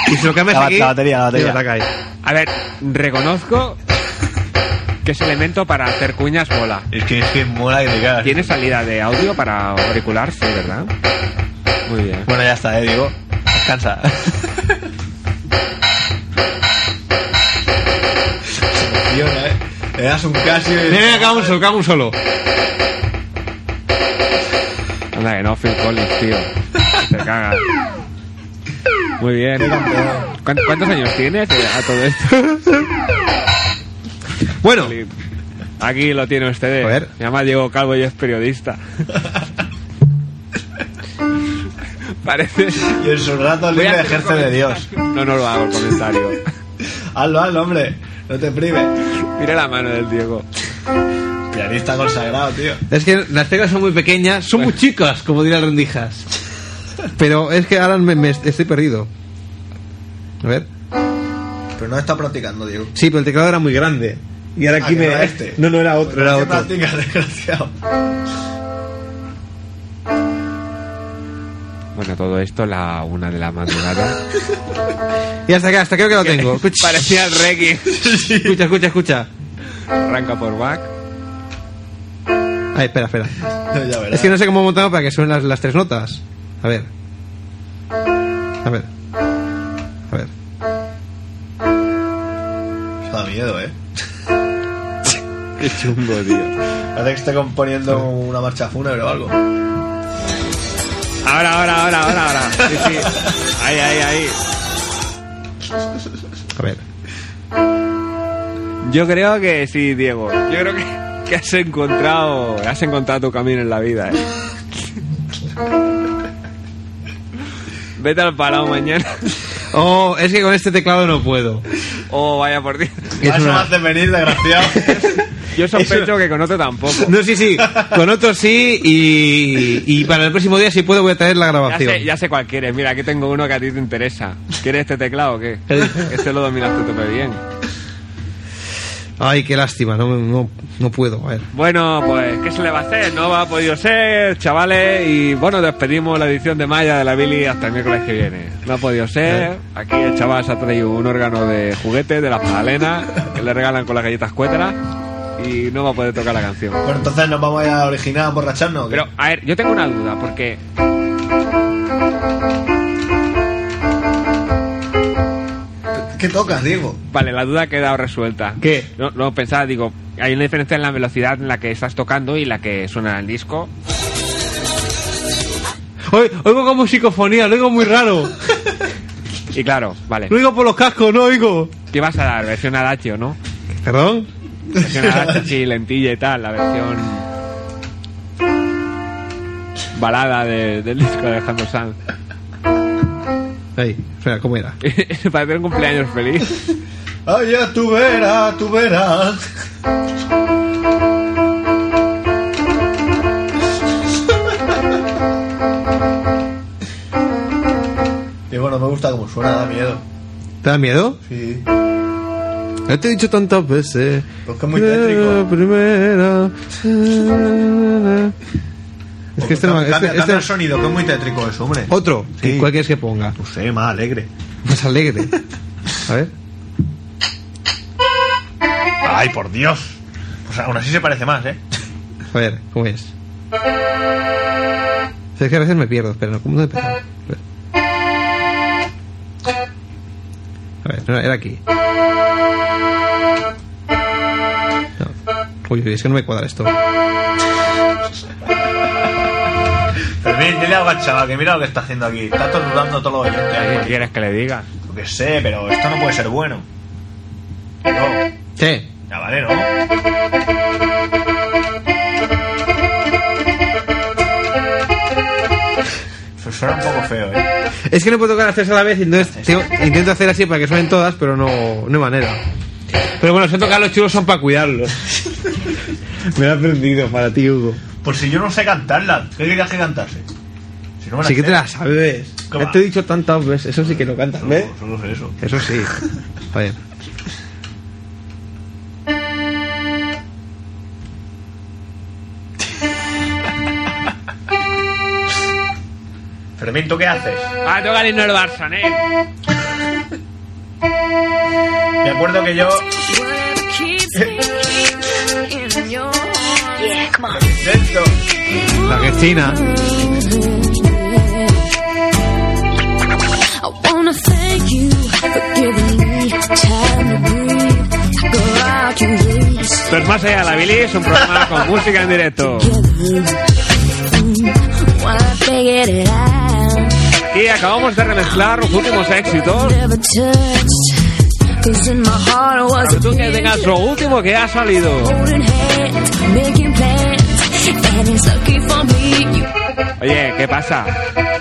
A: Y si lo cambias
E: La ba-
A: aquí,
E: la batería, la batería.
A: te ataca ahí.
B: A ver, reconozco que ese elemento para hacer cuñas mola.
E: Es que es que mola que te cagas.
B: Tiene salida de audio para auricular, sí, ¿verdad? Muy bien.
E: Bueno, ya está, eh, Diego. Cansa.
H: Le das un casi.
A: ¿eh? Mira, mira, cago un solo, cago un solo.
B: Anda, que no, Phil Collins, tío. Te cagas. Muy bien. ¿Cuán- ¿Cuántos años tienes eh, a todo esto?
A: Bueno,
B: Aquí lo tiene usted.
A: A ver.
B: Se llama Diego Calvo y es periodista. Parece.
H: Y en su rato
B: Voy a
H: libre
B: hacer un
H: ejerce de Dios.
B: comentario. No, no lo hago el comentario.
H: Hazlo, hazlo, hombre. No te prives.
B: Mira la mano del Diego.
H: Pianista consagrado, tío.
A: es que las teclas son muy pequeñas, son muy chicas, como dirá Rendijas. Pero es que ahora me, me estoy perdido. A ver.
E: Pero no está practicando, Diego.
A: Sí, pero el teclado era muy grande. Y ahora
H: Ah,
A: aquí
H: que
A: me.
H: no era este.
A: No, no era otro, era
H: ¿Qué
A: otro.
H: practicas, desgraciado?
B: Bueno, todo esto, la una de la madrugada.
A: Y hasta acá, hasta creo que lo tengo. Escucha,
B: Parecía el reggae.
A: escucha, escucha. escucha.
B: Arranca por back.
A: Ay, espera, espera.
H: ya verás.
A: Es que no sé cómo montarlo para que suenen las, las tres notas. A ver. A ver. A ver.
H: Eso da miedo, eh.
B: Qué chungo, tío.
H: Parece que esté componiendo una marcha fúnebre o algo.
B: Ahora, ahora, ahora, ahora, ahora. Sí, sí. Ahí, ahí, ahí.
A: A ver.
B: Yo creo que sí, Diego. Yo creo que, que has encontrado. Has encontrado tu camino en la vida, eh. Vete al palau mañana.
A: Oh, es que con este teclado no puedo.
B: Oh, vaya por Dios.
A: Es
H: Eso me
A: una-
H: hace venir, desgraciado.
B: Yo sospecho que con otro tampoco.
A: No, sí, sí. Con otro sí y, y para el próximo día, si puedo, voy a traer la
B: Ya
A: grabación.
B: sé, ya sé cuál quieres. Mira, aquí tengo uno que a ti te interesa. ¿Quieres este teclado o qué?
A: ¿Qué dices?
B: Este lo dominas tú tope bien.
A: Ay, qué lástima. No, no, no puedo. A ver.
B: Bueno, pues, ¿qué se le va a hacer? No ha podido ser, chavales. Y bueno, despedimos la edición de Maya de la Billy hasta el miércoles que viene. No ha podido ser. Aquí el chaval se ha traído un órgano de juguete de las magdalenas que le regalan con las galletas cuéteras. Y no va a poder tocar la canción.
H: Bueno, entonces nos vamos a ir a la original a emborracharnos. ¿o qué?
B: Pero, a ver, yo tengo una duda, porque.
H: ¿Qué tocas, Diego?
B: Vale, la duda ha quedado resuelta.
A: ¿Qué?
B: No, no pensaba, digo, hay una diferencia en la velocidad en la que estás tocando y la que suena el disco.
A: Oy- Oigo como psicofonía, lo oigo muy raro.
B: Y claro, vale.
A: Lo oigo por los cascos, no oigo.
B: ¿Qué vas a dar? Versión adagio, ¿no?
A: ¿Perdón?
B: Versión adagio, sí, lentilla y tal, la versión. Balada de- del disco de Alejandro Sanz.
A: Ahí, espera, ¿cómo era?
B: Parece un cumpleaños feliz.
H: Ay, ya tú verás, tú verás. no me gusta como suena, da miedo.
I: ¿Te da miedo?
H: Sí.
I: Ya te he dicho tantas veces.
H: Pues que es muy tétrico.
I: La primera. Es que este no me-
H: Cambia- cambia
I: este- este- Oh.
H: el sonido, que es muy tétrico eso, hombre.
I: Otro.
H: Sí.
I: ¿Cuál quieres que ponga?
H: No sé, más alegre.
I: Más alegre. A ver.
H: Ay, por Dios. Pues aún así se parece más, ¿eh?
I: A ver, ¿cómo es? Es que a veces me pierdo, pero ¿cómo no empezar? A ver. A ver, no, era aquí. No. Uy, uy, es que no me cuadra esto.
H: Fermín, dile algo al chaval, que mira lo que está haciendo aquí. Está torturando a todos los oyentes.
A: ¿Qué
H: ahí.
A: quieres que le diga?
H: Yo qué sé, pero esto no puede ser bueno. No.
I: Sí.
H: Ya vale, ¿no? Pues Suena un poco feo, ¿eh?
I: Es que no puedo tocar las tres a la vez, entonces tengo- intento hacer así para que suenen todas, pero no, no hay manera. Pero bueno, si han tocado los chulos son para cuidarlos. me lo he aprendido para ti, Hugo.
H: Pues si yo no sé cantarla, ¿qué querías que cantase? Si no me la
I: Sí que
H: sé.
I: te la sabes.
H: ¿Qué
I: Ya
H: va?
I: te he dicho tantas veces, eso sí que no cantas, ¿ves?
H: Solo, solo sé eso.
I: Eso sí. A ver.
H: Fermín, ¿tú qué haces?
A: Ah, toca el himno del Barça, ¿eh?
H: Me acuerdo que yo intento.
I: La que es china.
A: Esto es más allá de la bilis, un programa con música en directo.
J: Mm,
A: Aquí acabamos de remezclar los últimos éxitos. Pero tú que tengas lo último que ha salido. Oye, ¿qué pasa?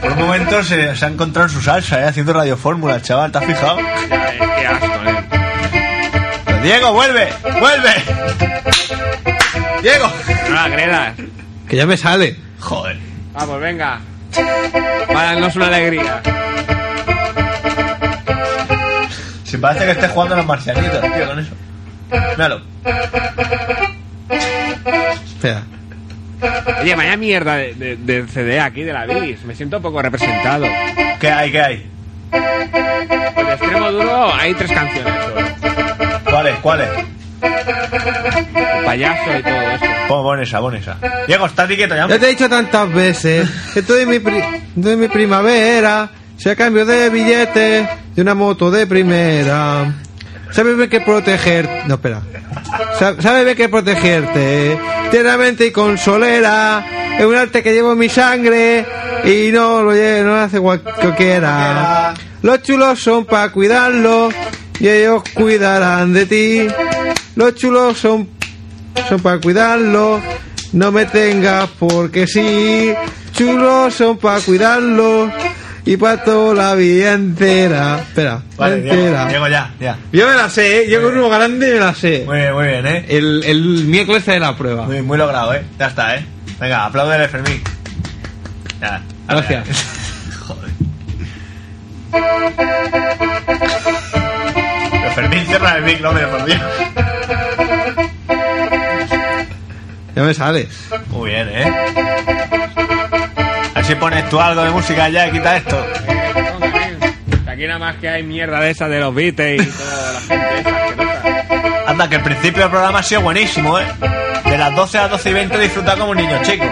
H: Por un momento se, se ha encontrado en su salsa, ¿eh? Haciendo radiofórmula, chaval, ¿te has fijado?
A: Ya, eh, Qué asco, ¿eh?
H: Pero Diego, vuelve, vuelve. Diego.
A: No la creas.
I: Que ya me sale.
H: Joder.
A: Vamos, venga. Para darnos una alegría.
H: Si parece que estés jugando a los marcianitos, tío, con eso. Míralo.
I: Espera.
A: Oye, vaya mierda de, de- de CD aquí de la bilis. Me siento un poco representado.
H: ¿Qué hay, qué hay?
A: El extremo duro hay tres canciones solo.
H: ¿Cuáles, cuáles?
A: El payaso y todo esto.
H: Pon, pon esa, pon esa. Diego, estás quieto ya.
I: Ya te he dicho tantas veces que estoy en mi, pri- estoy en mi primavera. Si a cambio de billete de una moto de primera. Sabes bien que proteger. No, espera. Sa- Sabes bien que protegerte. Tiernamente y consolera. Es un arte que llevo en mi sangre. Y no lo lle- no lo hace cual- cualquiera. Los chulos son para cuidarlos. Y ellos cuidarán de ti. Los chulos son son para cuidarlo, no me tengas porque sí. Chulos son para cuidarlo y para toda la vida entera. Espera,
H: Vale, Diego,
I: entera.
H: Diego, ya, ya.
I: Yo me la sé, ¿eh? yo con uno grande me la sé.
H: Muy bien, muy bien, ¿eh?
I: El, el miércoles de la prueba.
H: Muy, muy logrado, ¿eh? Ya está, ¿eh? Venga, apláudele, Fermín. Ya.
I: Gracias.
H: Joder. Pero Fermín, cierra el mic, no me por Dios.
I: Ya me sale.
H: Muy bien, ¿eh? Así pones tú algo de música ya y quita esto.
A: Que Aquí nada más que hay mierda de esa de los Beatles y toda la gente esa asquerosa.
H: Anda, que el principio del programa ha sido buenísimo, ¿eh? De las 12 a las 12 y 20 disfruta como un niño chico.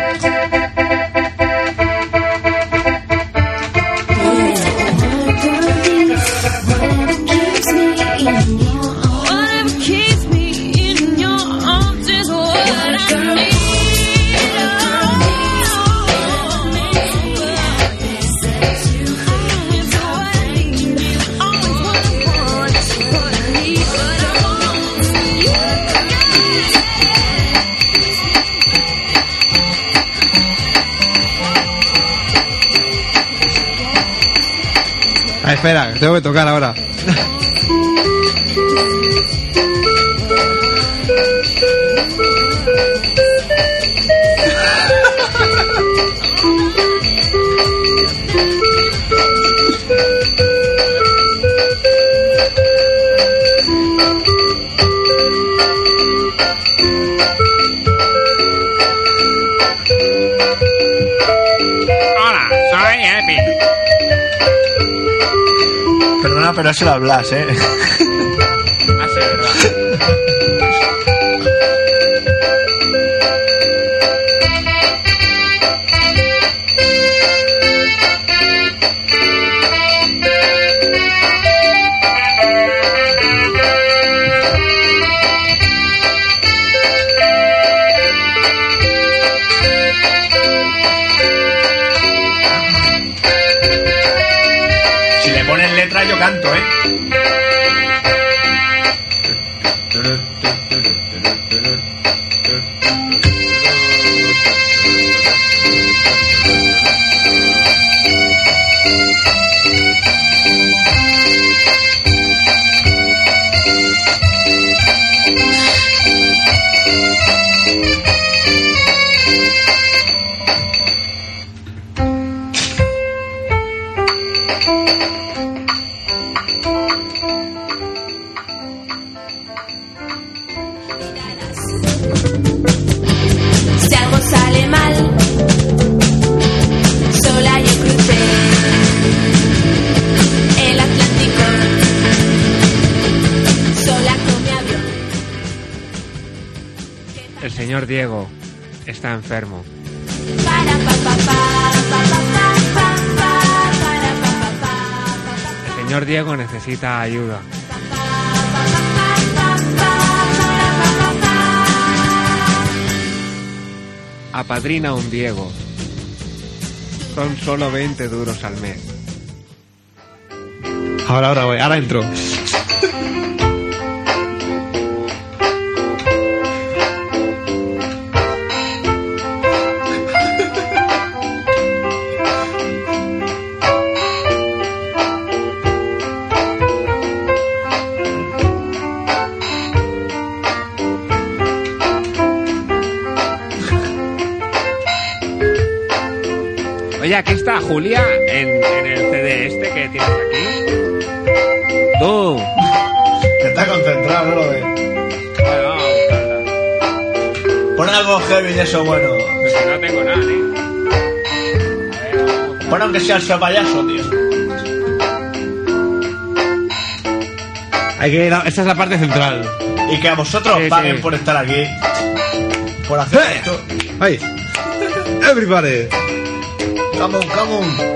I: Ah, espera, tengo que tocar ahora.
H: Perdona, pero eso lo hablas, ¿eh?
A: Ah,
H: Si le pones letra, yo canto, ¿eh?
J: Si algo sale mal, sola yo crucé el Atlántico, sola con mi avión.
A: El señor Diego está enfermo.
J: Para pa pa pa pa pa pa pa pa para pa pa pa pa
A: El señor Diego necesita ayuda. Apadrina un Diego. Son solo 20 duros al mes.
K: Ahora, ahora, voy. Ahora entro.
A: Oye, aquí está Julia en, en el CD este que tienes aquí. Tú.
L: Que está concentrado, ¿no? Lo
H: eh.
L: de-
A: Bueno,
H: Pon algo heavy de eso bueno.
A: pues que no tengo nada, ¿eh?
H: Pon aunque sea el sea payaso, tío.
K: Hay que, esta es la parte central.
H: Y que a vosotros
A: Sí,
H: os paguen
A: sí.
H: por estar aquí. Por hacer esto.
I: Ahí. Everybody.
H: Come on, come on.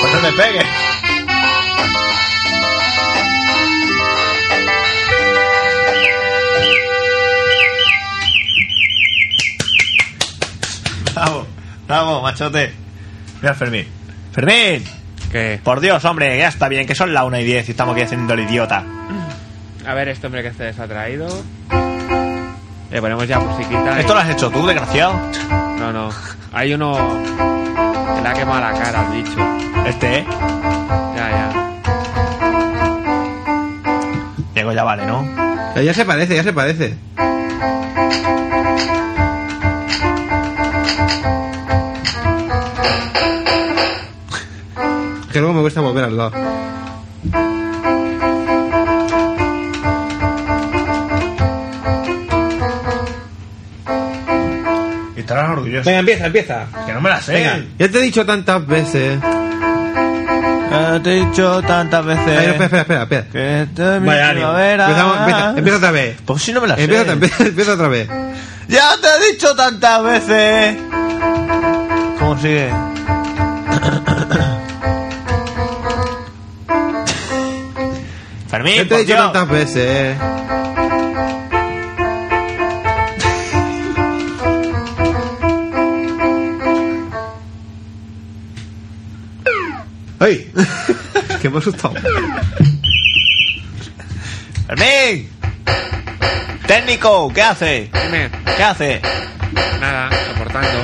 H: Pues no me pegues. Bravo, bravo, machote. Mira, Fermín. Fermín,
A: ¿Qué?
H: por Dios, hombre, ya está bien, que son la 1 y 10 y estamos aquí haciendo el idiota.
A: A ver, este hombre que se desatraído. Le ponemos ya musiquita. y-
H: ¿Esto lo has hecho tú, desgraciado?
A: No, no. Hay uno que le ha quemado la cara al bicho.
H: Este, ¿eh?
A: Ya, ya.
H: Diego ya vale, ¿no?
I: Ya se parece, ya se parece. Que luego me gusta volver al lado.
H: Y estarás orgulloso.
K: Venga, empieza, empieza.
H: Que no me la sé.
I: Venga, ya te he dicho tantas veces.
H: Eh, te he dicho tantas veces.
I: Ay, no, espera, espera, espera, espera.
H: Que esto es mi
K: Vaya ánimo.
H: primavera.
I: Empezamos-
K: Ah.
I: empieza, empieza otra vez.
H: Pues si no me la sé.
I: Empieza, otra- empieza- empieza otra vez.
H: Ya te he dicho tantas veces. ¿Cómo sigue? Fermín,
I: Ya te he
H: por
I: dicho
H: Dios.
I: tantas veces. eh. ¡Ay! que me he asustado.
H: Fermín. Técnico, ¿qué hace?
B: Dime.
H: ¿Qué hace?
B: Nada, soportando.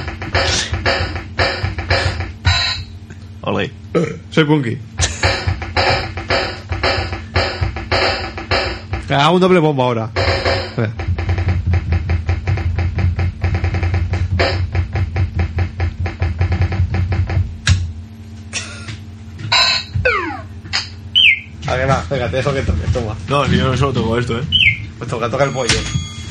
H: Ole.
G: Soy Punky.
I: Ah, un doble bombo ahora. A ver.
H: Ah,
G: A ver, va, venga, te dejo que toque, toma.
H: No, si yo solo toco esto, ¿eh?
G: Pues toca, toca el pollo.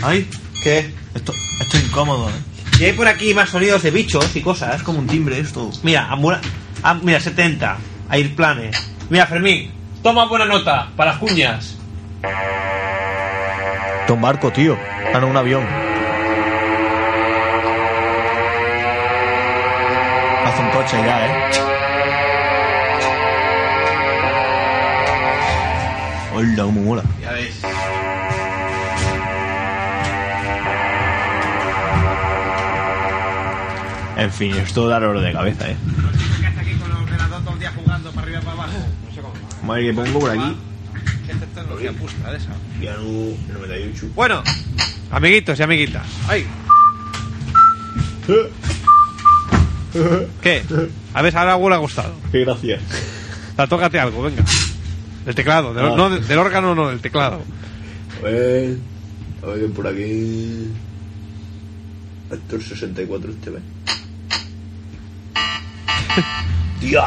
H: Ay,
G: ¿Qué?
H: esto, esto es incómodo, ¿eh? Y hay por aquí más sonidos de bichos y cosas, es como un timbre esto. Mira, ambula- am- mira, 70. Airplane. Mira, Fermín,
A: Toma buena nota, para las cuñas.
H: Esto es un barco, tío. Ah, no, un avión. Hace un coche ya, ¿eh? Hola, cómo mola. Ya ves. En fin, esto da dolor de cabeza, ¿eh? Madre que pongo por aquí. Ya no, 98.
A: Bueno, amiguitos y amiguitas. Ay. ¿Qué? A ver, ahora algo le ha gustado.
H: Qué gracia.
A: La tócate algo, venga. Del teclado, del,
H: Ah.
A: no, del órgano no, del teclado.
H: A ver. A ver, Pues, por aquí. Actor 64 este ve. Dios,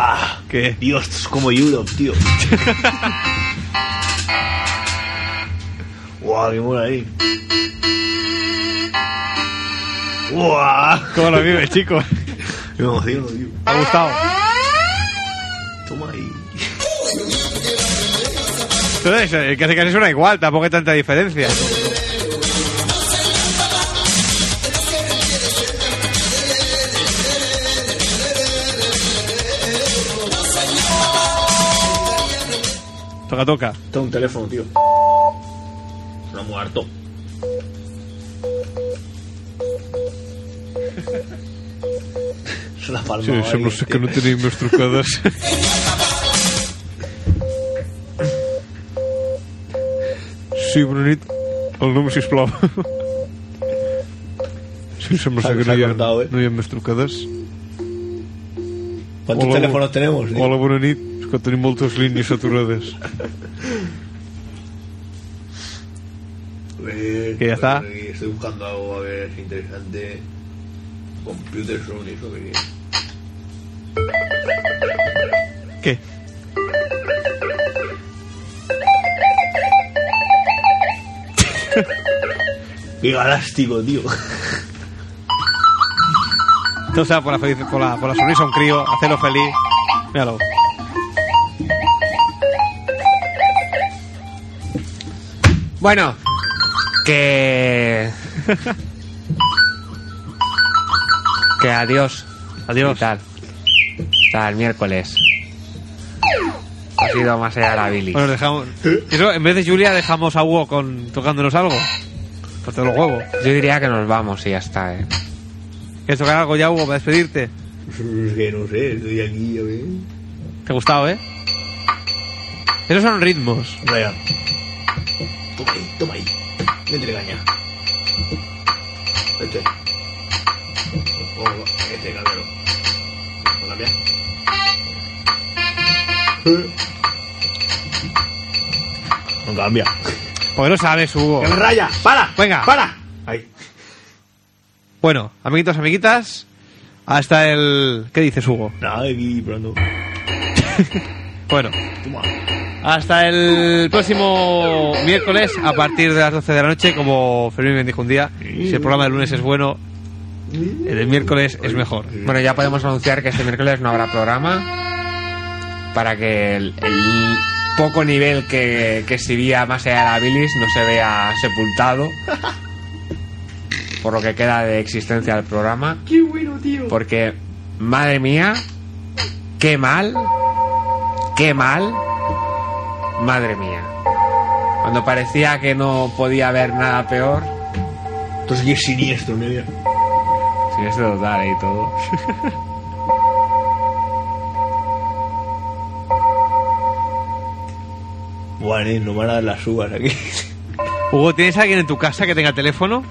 A: ¿Qué?
H: Dios, esto es como Europe, tío. Guau, qué mola ahí. Guau,
A: ¿Cómo lo vive, chico?
H: me emociono, tío.
A: ¿Te ha gustado?
H: Toma ahí.
A: Entonces, el que hace casi suena igual, tampoco hay tanta diferencia. Toca, toca.
H: Está un teléfono, tío. Lo muerto. Es una palma. o algo, tío.
A: tenemos trucadas. sí, Brunit, el nom, sisplau. Sí, sembla
H: S'ha- que no s'ha hi ha- cortado, eh?
A: no hi ha més trucades.
H: ¿Cuántos
A: Hola,
H: teléfonos
A: bu-
H: tenemos? tío?
A: Hola, bona nit. És que tenim moltes línies saturades.
H: A ver,
A: Que ya
H: a ver,
A: está.
H: por aquí Eh, Estoy buscando algo, a ver, es interesante. Computer Sony, eso que es.
A: Què?
H: Qué galástico, tío.
A: Todo sea por la, feliz, por la, por la sonrisa a un crío, hacerlo feliz. Míralo.
B: Bueno, que. que adiós.
A: Adiós.
B: Y tal. Hasta el miércoles. Ha sido más allá la bilis.
A: Bueno, nos dejamos. Y Eso, en vez de Julia, dejamos a Hugo con, tocándonos algo. Pues te lo juego.
B: Yo diría que nos vamos y ya está, eh.
A: ¿Quieres tocar algo ya, Hugo, para despedirte?
H: Es que no sé, estoy aquí, a ver.
A: ¿Te ha gustado, eh? Esos son ritmos.
H: Vaya. Toma ahí, toma ahí. Métele caña. Este. O, este, cámbialo. ¿Lo cambias? No cambia.
A: Porque no Pues sabes, Hugo.
H: ¡Raya! ¡Para!
A: Venga.
H: ¡Para! Ahí.
A: Bueno, amiguitos, amiguitas. Hasta el. ¿Qué dices, Hugo?
H: Nada, aquí pronto.
A: Bueno,
H: Toma.
A: hasta el próximo miércoles a partir de las 12 de la noche, como Fermín me dijo un día. Si el programa del lunes es bueno, el del miércoles es mejor.
B: Bueno, ya podemos anunciar que este miércoles no habrá programa para que el, el poco nivel que, que exhibía más allá de la bilis no se vea sepultado por lo que queda de existencia del programa. ¡Qué bueno, tío! Porque, madre mía, qué mal, qué mal, madre mía. Cuando parecía que no podía haber nada peor,
H: Esto sí que es siniestro, medio.
B: sin este total y todo.
H: Bueno, eh, nos van a dar las uvas aquí.
A: Hugo, ¿tienes alguien en tu casa que tenga teléfono?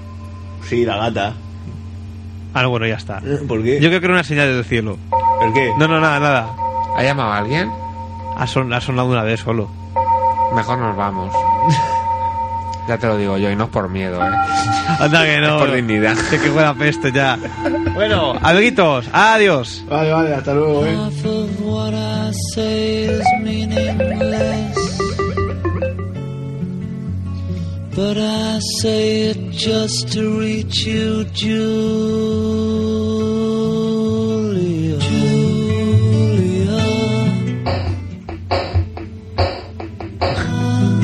H: Sí, la gata.
A: Ah, no, bueno, ya está.
H: ¿Por qué?
A: Yo creo que era una señal del cielo.
H: ¿El qué?
A: No, no, nada, nada.
B: ¿Ha llamado a alguien?
A: Ha, son- ha sonado una vez solo.
B: Mejor nos vamos. ya te lo digo yo, y no es por miedo, ¿eh?
A: Anda que no.
B: Es por dignidad.
A: Sé que buena peste ya. Bueno, amiguitos, adiós.
G: Vale, vale, hasta luego, eh.
K: Half of what I say is meaningless. But I say it just to reach you, Julia. Julia. I'm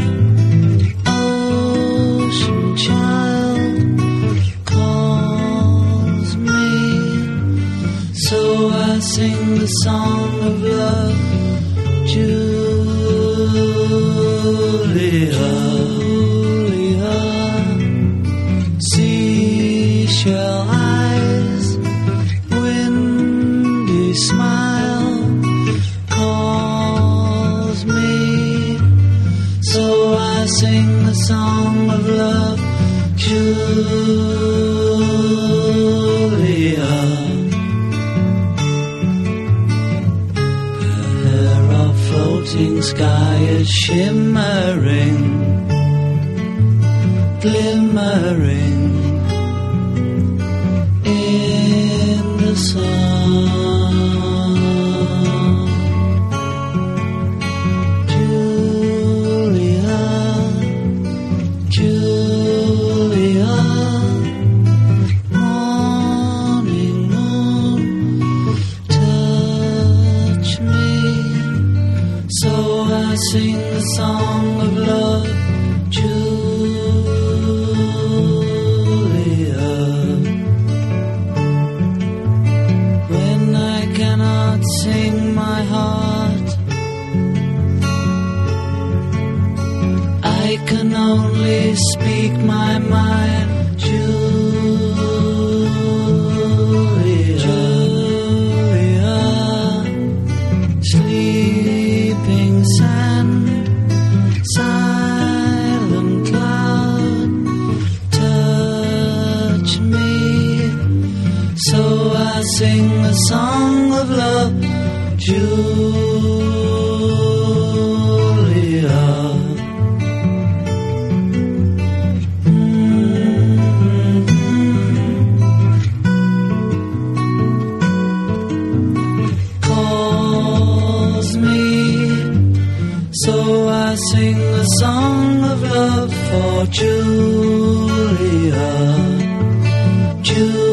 K: Ocean child calls me. So I sing the song of love, Julia. Julia. Seashell eyes, windy smile calls me. So I sing the song of love, Julia. There our floating sky is shimmering, glimmering in the sun. Julia, Julia, morning moon touch me. So I sing the song of love, Julia. When I cannot sing my heart, I can only speak my mind, Julia. Julia, sleeping sand, silent cloud, touch me. So I sing a song of love, Julia. calls me. So I sing a song of love for Julia. Julia.